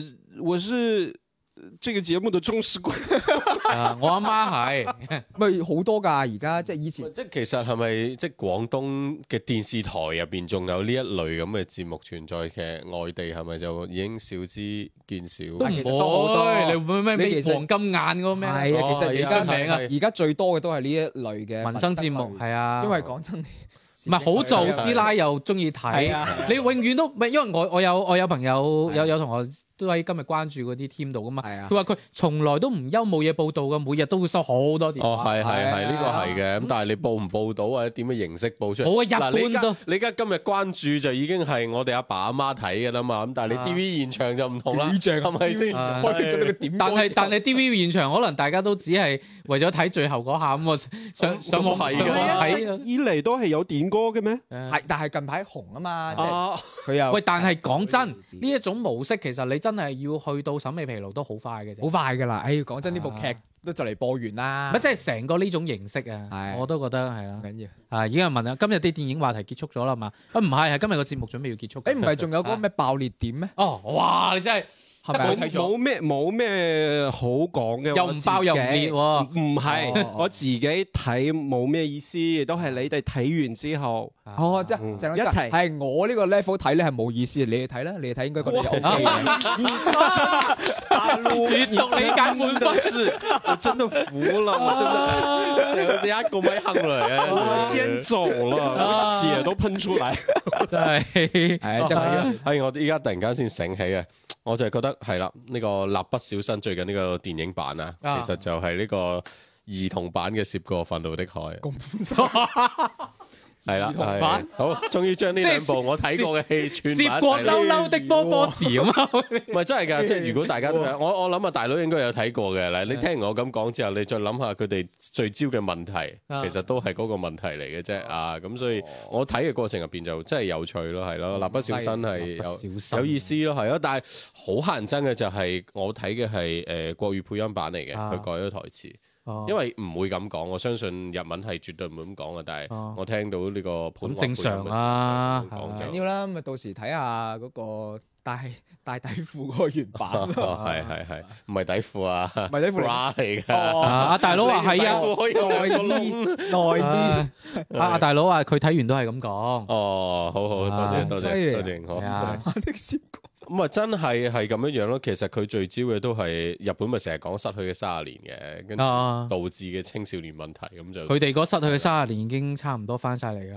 我是呃这个节目的忠实观众，
啊我阿 媽係
咪好多㗎，而家即係以前
即係其實係咪即係廣東嘅電視台入邊仲有呢一類咁嘅節目存在嘅？外地係咪就已經少之見少？
都
其實都好
唔
多
會，你會咩
你
咩
其實
黃金眼嗰個咩？
係啊其實而家
哦名啊
係
而家最多嘅都係呢一類嘅
民生節目
類
係啊，
因為講真，唔
唔係好做
係啊
師奶又中意睇
係。啊，
你永遠都唔係，因為我我有我有朋友
係啊
有有同學都喺今日關注嗰啲 team 度噶嘛，
係啊
佢，話佢從來都唔憂冇嘢報道嘅，每日都會收好多電話。啊
哦，係係
係
係，呢個係嘅。咁但係你報唔報到啊或者點嘅形式報出嚟？
嗯冇啊日
嗱你而家
本都
你而家今日關注就已經係我哋阿爸阿媽睇嘅啦嘛。咁但係你
啊
DV 現場就唔同啦，
幾正
係咪先？
啊
開闢咗你個
點
但係但係 DV 現場可能大家都只係為咗睇最後嗰下 咁，我
哦
上上網
係
上
嘅
網
啊
睇。啊
以嚟都係有點歌嘅咩？
係但係近排紅啊嘛，即係
啊，
佢又
喂，但係講真，
啊
呢一種模式其實你真係要去到審美疲勞都好快嘅啫
好。快㗎啦。唉，講真，呢部
啊
劇都就嚟播完啦，
咪即係成個呢種形式啊，
係
我都覺得係啦
唔。緊要。
啊，已經有人問啦，今日啲電影話題結束咗啦嘛？啊，唔係，係今日個節目準備要結束。
誒唔係 仲
啊
有嗰個咩爆裂點咩？
哦，哇！你真係
係咪
我
啊
睇
冇
咗
冇咩冇咩好講嘅，
又
我
唔
自
爆又唔
己
裂喎。
唔係
哦，
我自己睇冇咩意思，都係你哋睇完之後，
哦，即
嗯
係鄭老師
一齊
係我呢個 level 睇咧係冇意思，你哋睇啦，你哋睇應該覺得有 OK 嘅。
大陸
閱讀理解滿分。
是，我真的服了，
啊
啊
我
就好似一個米坑嚟啊
真的，我先
嘅。
走了，我血都噴出來。
真係
係真
嗯
係啊
係哎我依家突然間先醒起嘅，我就係覺得係啦，呢個《蠟筆小新》最近呢個電影版啊，
啊
其實就係呢個兒童版嘅《涉過憤怒的海》。 係啦，
兒童版
係好，終於將呢兩部我睇過嘅 戲
涉
串埋一
過
齊啦。
嬲嬲的波波池咁啊！
唔係真係㗎，即係如果大家都有我我諗啊，大佬應該有睇過嘅。嗱，你聽完我咁講之後，你再諗下佢哋聚焦嘅問題，
啊哦
其實都係嗰個問題嚟嘅啫啊。咁所以我睇嘅過程入邊就真係有趣咯，係咯，蠟筆小新係
嗯蠟筆小
有
新
有意思咯，係咯。但係好乞人憎嘅就係我睇嘅係誒國語配音版嚟嘅，
啊哦
佢改咗台詞。因
因為
為唔會咁講，我相信日文係絕對唔會咁講嘅。但
哦
係我聽到呢個普通話
咁正常啊啦
配音嘅時候
緊
咁講
要啦，咪到時睇下嗰個大大底褲嗰個原版。
就哦係係係，唔係底 褲啊，
唔係底褲嚟
bra 嚟㗎。
哦，
啊，大佬話係啊
你可以有
內
兩個
衣
窿
內衣，
啊，啊大佬話佢睇完都係咁講，
哦，好好，多
啊
謝多
咁犀利
謝多
啊
謝認可
係啊，
玩的閃光
咁啊，真係係咁樣樣咯。其實佢聚焦嘅都係日本，咪成日講失去嘅卅年嘅，跟住
啊
導致嘅青少年問題咁就
佢哋嗰失去嘅三十年已經差唔多翻晒嚟㗎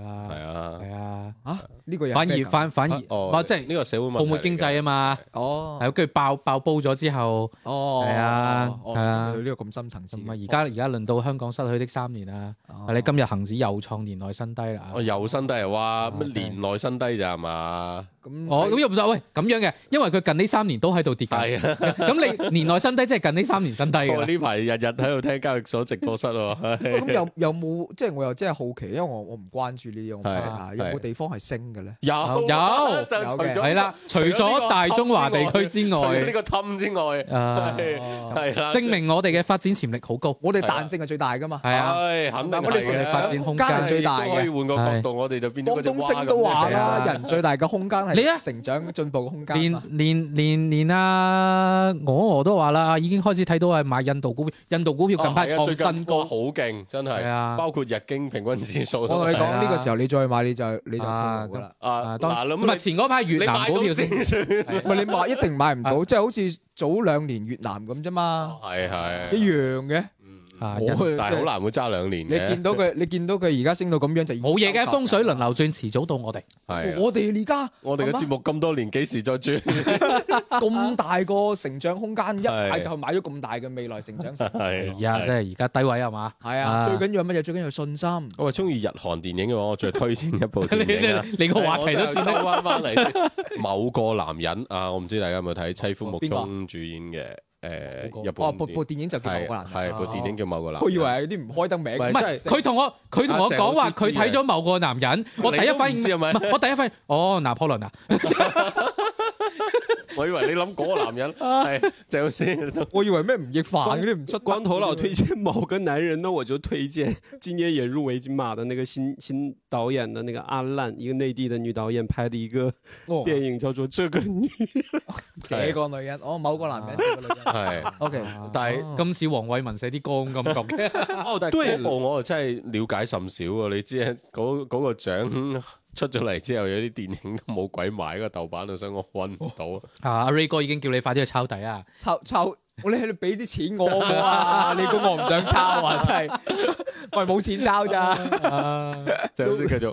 啦，
係啊。
係啊，
啊！呢個有
反
back
而
㗎
反反而，
哦
哇！即係
呢個社會問題
泡沫經濟啊嘛，
哦
係跟住爆爆煲咗之後，
哦
係啊
哦
係啊
佢呢個咁深層次
咁
嘅。
啊而家而家輪到香港失去的三年啊啦，
哦
你今日恒指又創年內新低啦
嚟。嘅，哦又新低啊！哇，乜
啊
年內新低咋係嘛？
咁
哦，咁又唔得，喂，咁樣嘅，因為佢近呢三年都喺度跌緊，
係啊，
咁你年內新低即係啊近呢三年新低㗎
我
啦。
呢排日日喺度聽交易所直播 室喎。
咁有有冇即係我又真係好奇，因為我我唔關注呢啲，我唔
係
識啊。有冇
係
地方係升嘅咧？
有
有
就除
有
咗
嘅
係啦，除咗大中華地區之
除咗呢
外，
個氹之外，
啊，
哦
係啦，
證明我哋嘅發展潛力好高。
我哋
係啊
彈性係最大噶嘛。
係啊，
唉肯定
我哋
係
成
日
嘅
發展空間
家人最大
都可以
嘅。
換個角度，我哋就變咗嗰
方
隻
東
蛙
升
咁
都話
係
啦，
啊
人最大嘅空間係係
你啊
成長進步嘅空間啊
連
嘛。
連連連啊！我我都話啦，已經開始睇到係買印度股票，印度股票近排
啊係啊最近
創新高
哇，好勁，真
係
係，
啊！
包括日經平均指數
我
都
同你
係。
講，呢個時候你再買你就你就
啊
痛苦啦。
啊，
啊，當
嗱
唔係
咁
前嗰排
你
越
你
南
買
股
到
票先，啊
先算，
唔係你買一定買唔到，即係好似早兩年越南咁啫嘛，
係
一
係。
樣嘅。
嗯
啊
我
印
去
但係好難會揸兩年
你
啊嘅，
見到 佢，你見到佢而家升到咁樣就已經
冇嘢嘅，
夠
風水
啦
輪。流轉，遲早到我哋。
係啊
我啊哋而家
我哋嘅節目咁多年，幾時再轉？
咁大個成長空間，一
係
買就買咗咁大嘅未來成長 性。
係
係啊，即係而家低位係 嘛？
係
啊
啊，最緊要係乜嘢？最緊要係信心。
我話中意日韓電影嘅話，我最推薦 一部
你
電影啊
你你個話題都
我真係
啊
兜翻翻嚟先。某個男人啊，我唔知大家有冇睇妻夫木聰主演嘅誒
邊個
日
啊哦，
本
部部電影就叫《
係
某個男人》。
係部電影叫某個男人。
我以為係啲唔開得名。
唔係
唔
真
係
係
佢同我佢同我
阿鄭
講話，
老師知啊
佢睇咗某個男人，我第一反應
你都唔知係咪
唔係我第一反應哦，拿破崙啊！
我以為你諗嗰個男人係鄭老師，
我以為咩吳亦凡嗰啲唔出得
光头佬推荐某个男人呢，我就推荐今年也入围金马的那个新新导演的那个阿烂，一个内地的女导演拍的一个
哦
电影，叫做《这个女
這個女人，哦，某個男人，這個女人。
係。
O K，
但係
啊
今次黃偉文寫啲歌咁覺啊嘅，
哦，但係嗰部我真係了解甚少喎。你知啊嗰嗰個獎出咗嚟之後，有啲電影都冇鬼買，個豆瓣度，所以我揾唔到。
啊阿 Ray 哥已經叫你快啲去抄底啊！
抄抄，我你喺度俾啲錢我好唔好啊？你估我唔想抄啊？ 真係，我係冇錢抄咋。
啊
鄭老師繼 續。
誒，》，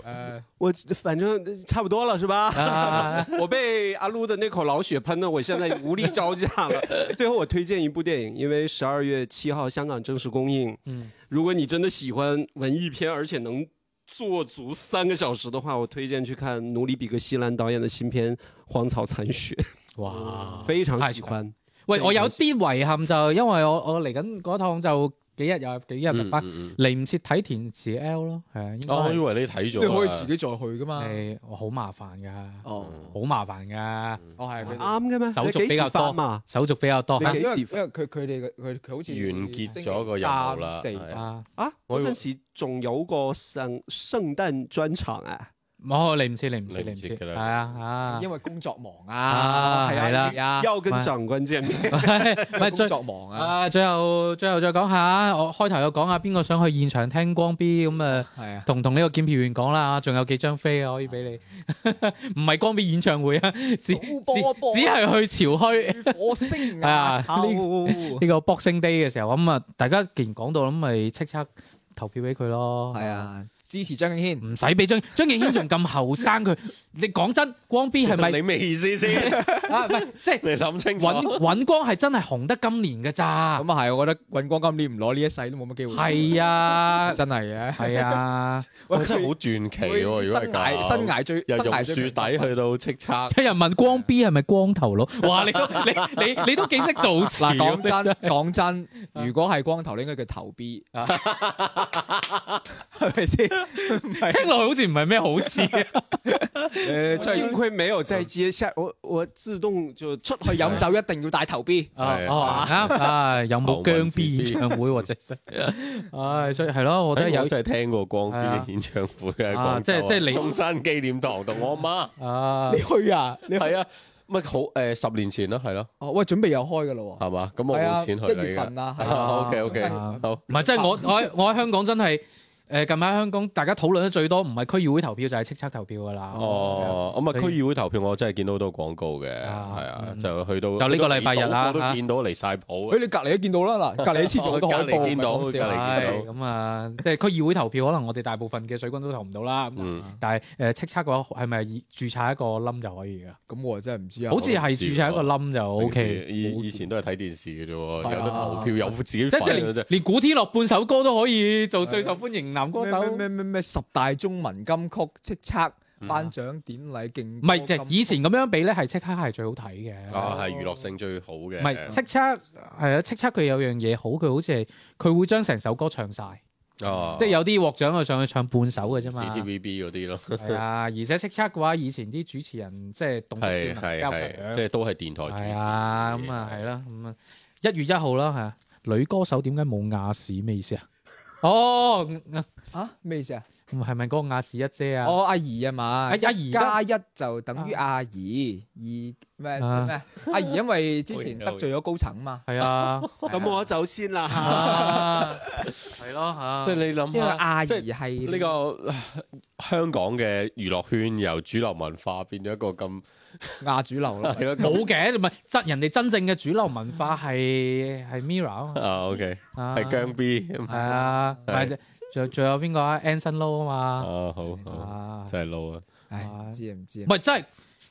我反正差不多了，是吧？
啊
我被阿撸的那口老血喷的，我现在无力招架了。最后我推荐一部电影，因为十二月七号香港正式公映。
嗯
如果你真的喜欢文艺片，而且能做足三个小时的话，我推荐去看努里比格西兰导演的新片《荒草残雪》，
哇！
非啊常喜欢。
喂，我有啲遺憾就因為我我嚟緊嗰趟就幾日又係幾日
嗯
入翻，
嗯嗯
嚟唔切睇填詞 L 咯，係啊，應該
哦，哎我以
係
為你睇
你
咗啊。
可以自己再去噶嘛？
係我好麻煩㗎，
哦，
好麻煩㗎，
嗯
我係佢哋
啱嘅咩？
手
你
續
幾
比
時
較
發
多
嘛？
手續比較多
你
嚇
幾
因為
時
因為佢佢哋嘅佢佢好似
完結咗個任務啦
星期
係
三四
啊！
啊，
我
嗰
以為
陣時仲有個聖聖誕專場啊！
冇嚟唔切，嚟唔切，
嚟
嚟
唔
唔
切
切
㗎
㗎
啦
啦，係啊啊！
因為工作忙
啊
啊，係
係啦
係啊，
要跟
唔係
長官見面，
唔
因
係
為
最
工作忙啊，
啊，最後最後再講下，我開頭有講下啊邊個想去現場聽光 B 咁啊，
係啊，
同同呢個檢票員講啦，仲有幾張飛啊，可以俾你， 唔係光 B 演唱會啊，只只
數波波
只係去潮墟
火 星
啊
啊，
呢呢個 Boxing Day 嘅時候咁啊，大家既然講到咁，咪叱咤投票俾佢咯，
係，啊，支持張敬軒，
唔使俾張張敬軒仲咁後生佢，你講真，光 B 係 咪
你
哎
咩意思先？
啊？唔係即係
你諗清楚。
尹尹光係真係紅得今年嘅咋，
咁啊係，我覺得尹光今年唔攞呢一世都冇乜機會，
係啊，
真係嘅，
係啊。
喂
哇真係好傳奇喎！如果
佢
係咁，
生涯生涯最
由
生
榕
涯
樹
最
底去到叱咤，
有人問光 B 係咪光頭佬？哇！你都你你你都幾識做詞
嗱，講
咁
真 講
啊
真，如果係光頭，你應該叫頭 B，
啊
係咪先？唔係
聽落去好似唔係咩好事啊！
誒，出去
幸亏沒有再接下，我我自動就
出去飲酒一定要戴頭 B，
係
哦啱啊！有冇姜 B 演唱會或者 識？唉，所以係咯，我覺得
哎
有
我真係聽過光 B
係啊
嘅演唱會喺
啊
廣州
即係即係你
中山紀念堂同我媽
啊
你去啊？ 你
係啊，咪好誒十年前咯，係咯，
哦，喂，準備又開噶啦喎。
係嘛？咁我冇錢去
係啊一月份 啊係
啊
OK OK，
啊
好
唔係即係我我喺我喺香港真係誒近排香港大家討論得最多唔係區議會投票就係叱咤投票㗎啦。
哦，咁啊區議會投票我真係見到好多廣告嘅，係
啊
啊，
嗯
就去到
就呢個禮拜日啊
我都
嚇
見到離晒譜
誒，你隔離都見到啦，嗱，隔離黐住 好多海
隔離
報，
見到
唔係講
隔離
笑
見
唉咁啊，即係區議會投票，可能我哋大部分嘅水軍都投唔到啦。咁
嗯
但係誒叱咤嘅話，係咪以註冊一個冧就可以㗎？
咁我真係唔知啊。
好似係註冊一個冧就
平
O
時
K，
以以前都係睇電視嘅啫喎，
係啊
有得投票有自己
即
份
係
嘅啫
連。連古天樂半首歌都可以做最受歡迎男歌手，
咩
唔
咩咩咩十大中文金曲叱咤頒獎典禮勁歌
係即係
金曲啊
以前咁樣比咧，係叱咤係最好睇嘅。
啊，係娛樂性最好嘅。
唔係叱咤係啊，叱咤佢有樣嘢好，佢好似係佢會將成首歌唱晒，
啊，
即係有啲獲獎嘅上去唱半首嘅啫嘛。
TVB 嗰啲咯，
係啊，而且叱咤嘅話，以前啲主持人嗯即係動作
係
先能
係
交
係，即係都係電台主持。
係啊，咁啊係啦，咁啊一月一號啦，係啊， 女歌手點解冇亞視咩意思啊？哦，
啊咩意思啊？
唔係咪嗰個亞視一姐啊？
哦，阿姨啊嘛，
阿阿
一
姨
加一就等於阿姨，二咩
啊
咩？阿姨因為之前得罪咗高層嘛，
係 啊，
哦
咁我走先啦。
啊係咯嚇，
即係你諗
因為
下。
阿姨
即係
係
呢個呃香港嘅娛樂圈由主流文化變咗一個咁
亞主流咯
係。啊咯咁
冇嘅，唔係真人哋真正嘅主流文化係係 Mira 啊嘛
啊 OK
啊，
係姜 B
係啊，唔係仲仲有邊個啊？Anson Lo
啊
啊
好好
嘛，啊，
真係撈啊！
唉，唔知啊唔知
唔
啊。
係真係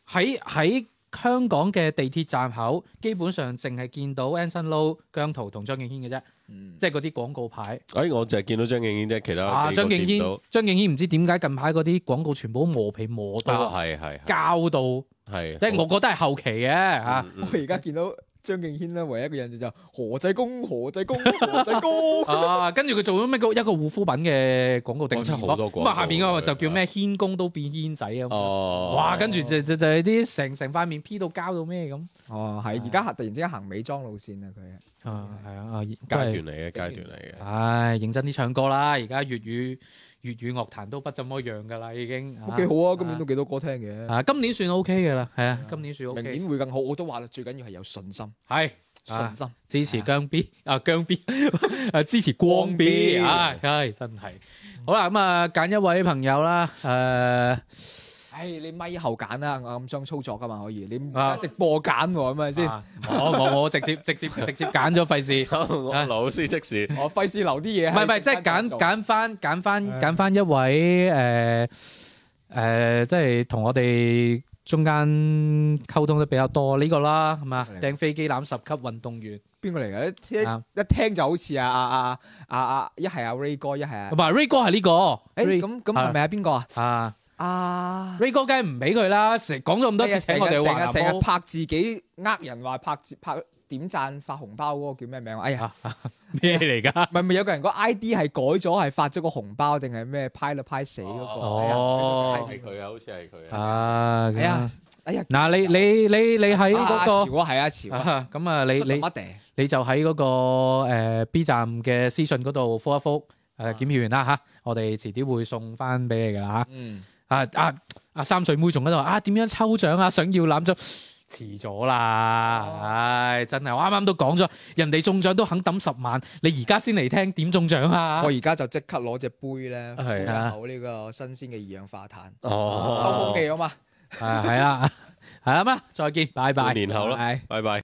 喺喺香港嘅地鐵站口，基本上淨係見到 Anson Lo、姜濤同張敬軒嘅啫，
嗯
即係嗰啲廣告牌。
哎，我就係見到張敬軒啫，其他
啊，
幾個
張敬
見唔到
軒，張敬軒唔知點解近排嗰啲廣告全部都磨皮磨
啊，
到
係係係
膠到，
係，
即係我覺得係後期嘅嚇。
嗯
我
嗯
而家見到張敬軒咧，唯一嘅印象就何濟 公，何濟公，何濟
嗯
公。
啊，跟住佢做咗咩個一個護膚品嘅廣告定
哇真係
義
好多廣告
咁啊，下邊嗰個
佢
就叫咩軒公都變軒仔咁。
哦，
哇！跟住就就就係啲成成塊面 P 到膠到咩咁。
哦，係而家突然之間行美妝路線啊，佢。
啊，係啊，啊
嗯階段嚟嘅，階段嚟嘅。
唉，認真啲唱歌啦！而家粵語粵語樂壇都不怎麼樣噶啦，已經
都幾好啊！今年
都
都幾多歌聽嘅，
啊，今年算 OK 嘅啦，係
嗯
啊，今年算
明
OK，
年會更好。我都話啦，最緊要係有信心，
係啊
信心。
支持姜 B 啊，姜 B 啊，支持光 B
光 B 嗯
啊，唉，真係好啦，咁啊，揀一位朋友啦，呃誒，
唉，你咪後揀啦，我暗箱操作噶嘛可以，你
啊
而家直播揀喎，係咪先？
啊我我我直接 直接直接揀咗，費 事。
我 老師即時
我費事留啲嘢
唔係
喺
唔係，即係
中間
揀
做
揀翻揀翻
係
揀翻一位誒誒，即係同我哋中間溝通得比較多呢個啦，係嘛
係？
掟飛機攬十級運動員，
邊個嚟嘅？一
啊
一一聽就好似啊啊啊啊啊！一係阿 Ray 哥，一係啊
同，埋 Ray 哥係呢個，
誒
Ray-
咁咁係咪啊？邊個啊？
啊
啊！
Ray 哥梗係唔俾佢啦，成講咗咁多
哎呀
次
成
請
日
我哋
成
話
日成日
南
拍自己呃人話拍自拍點讚發紅包嗰個叫咩名啊？哎呀！
咩嚟㗎？
唔係唔係有個人個 ID 係改咗，係發咗個紅包定係咩派啦派死嗰個？
哦
係佢啊，好似係佢啊。
啊，
係啊，哎呀，
嗱你你你你喺嗰
啊潮啊，係啊潮
個
啊，
啊咁啊，你
出到
你
乜地？
你就喺嗰個誒 B 站嘅私信嗰度覆一覆誒檢票員啦嚇，我哋遲啲會送翻俾你㗎啦嚇。
嗯，
啊啊啊！三歲妹仲喺度話啊，點樣抽獎啊？想要攬咗，遲咗啦！
哦
唉，真係我啱啱都講咗，人哋中獎都肯抌十萬，你而家先嚟聽點中獎啊
我？而家就即刻攞隻杯咧，
係
啊
口呢個新鮮嘅二氧化碳，抽
哦，
空氣啊嘛，
À, 啊，係啦，係啦，咩？再見，拜拜。
半年後啦，
係
拜拜。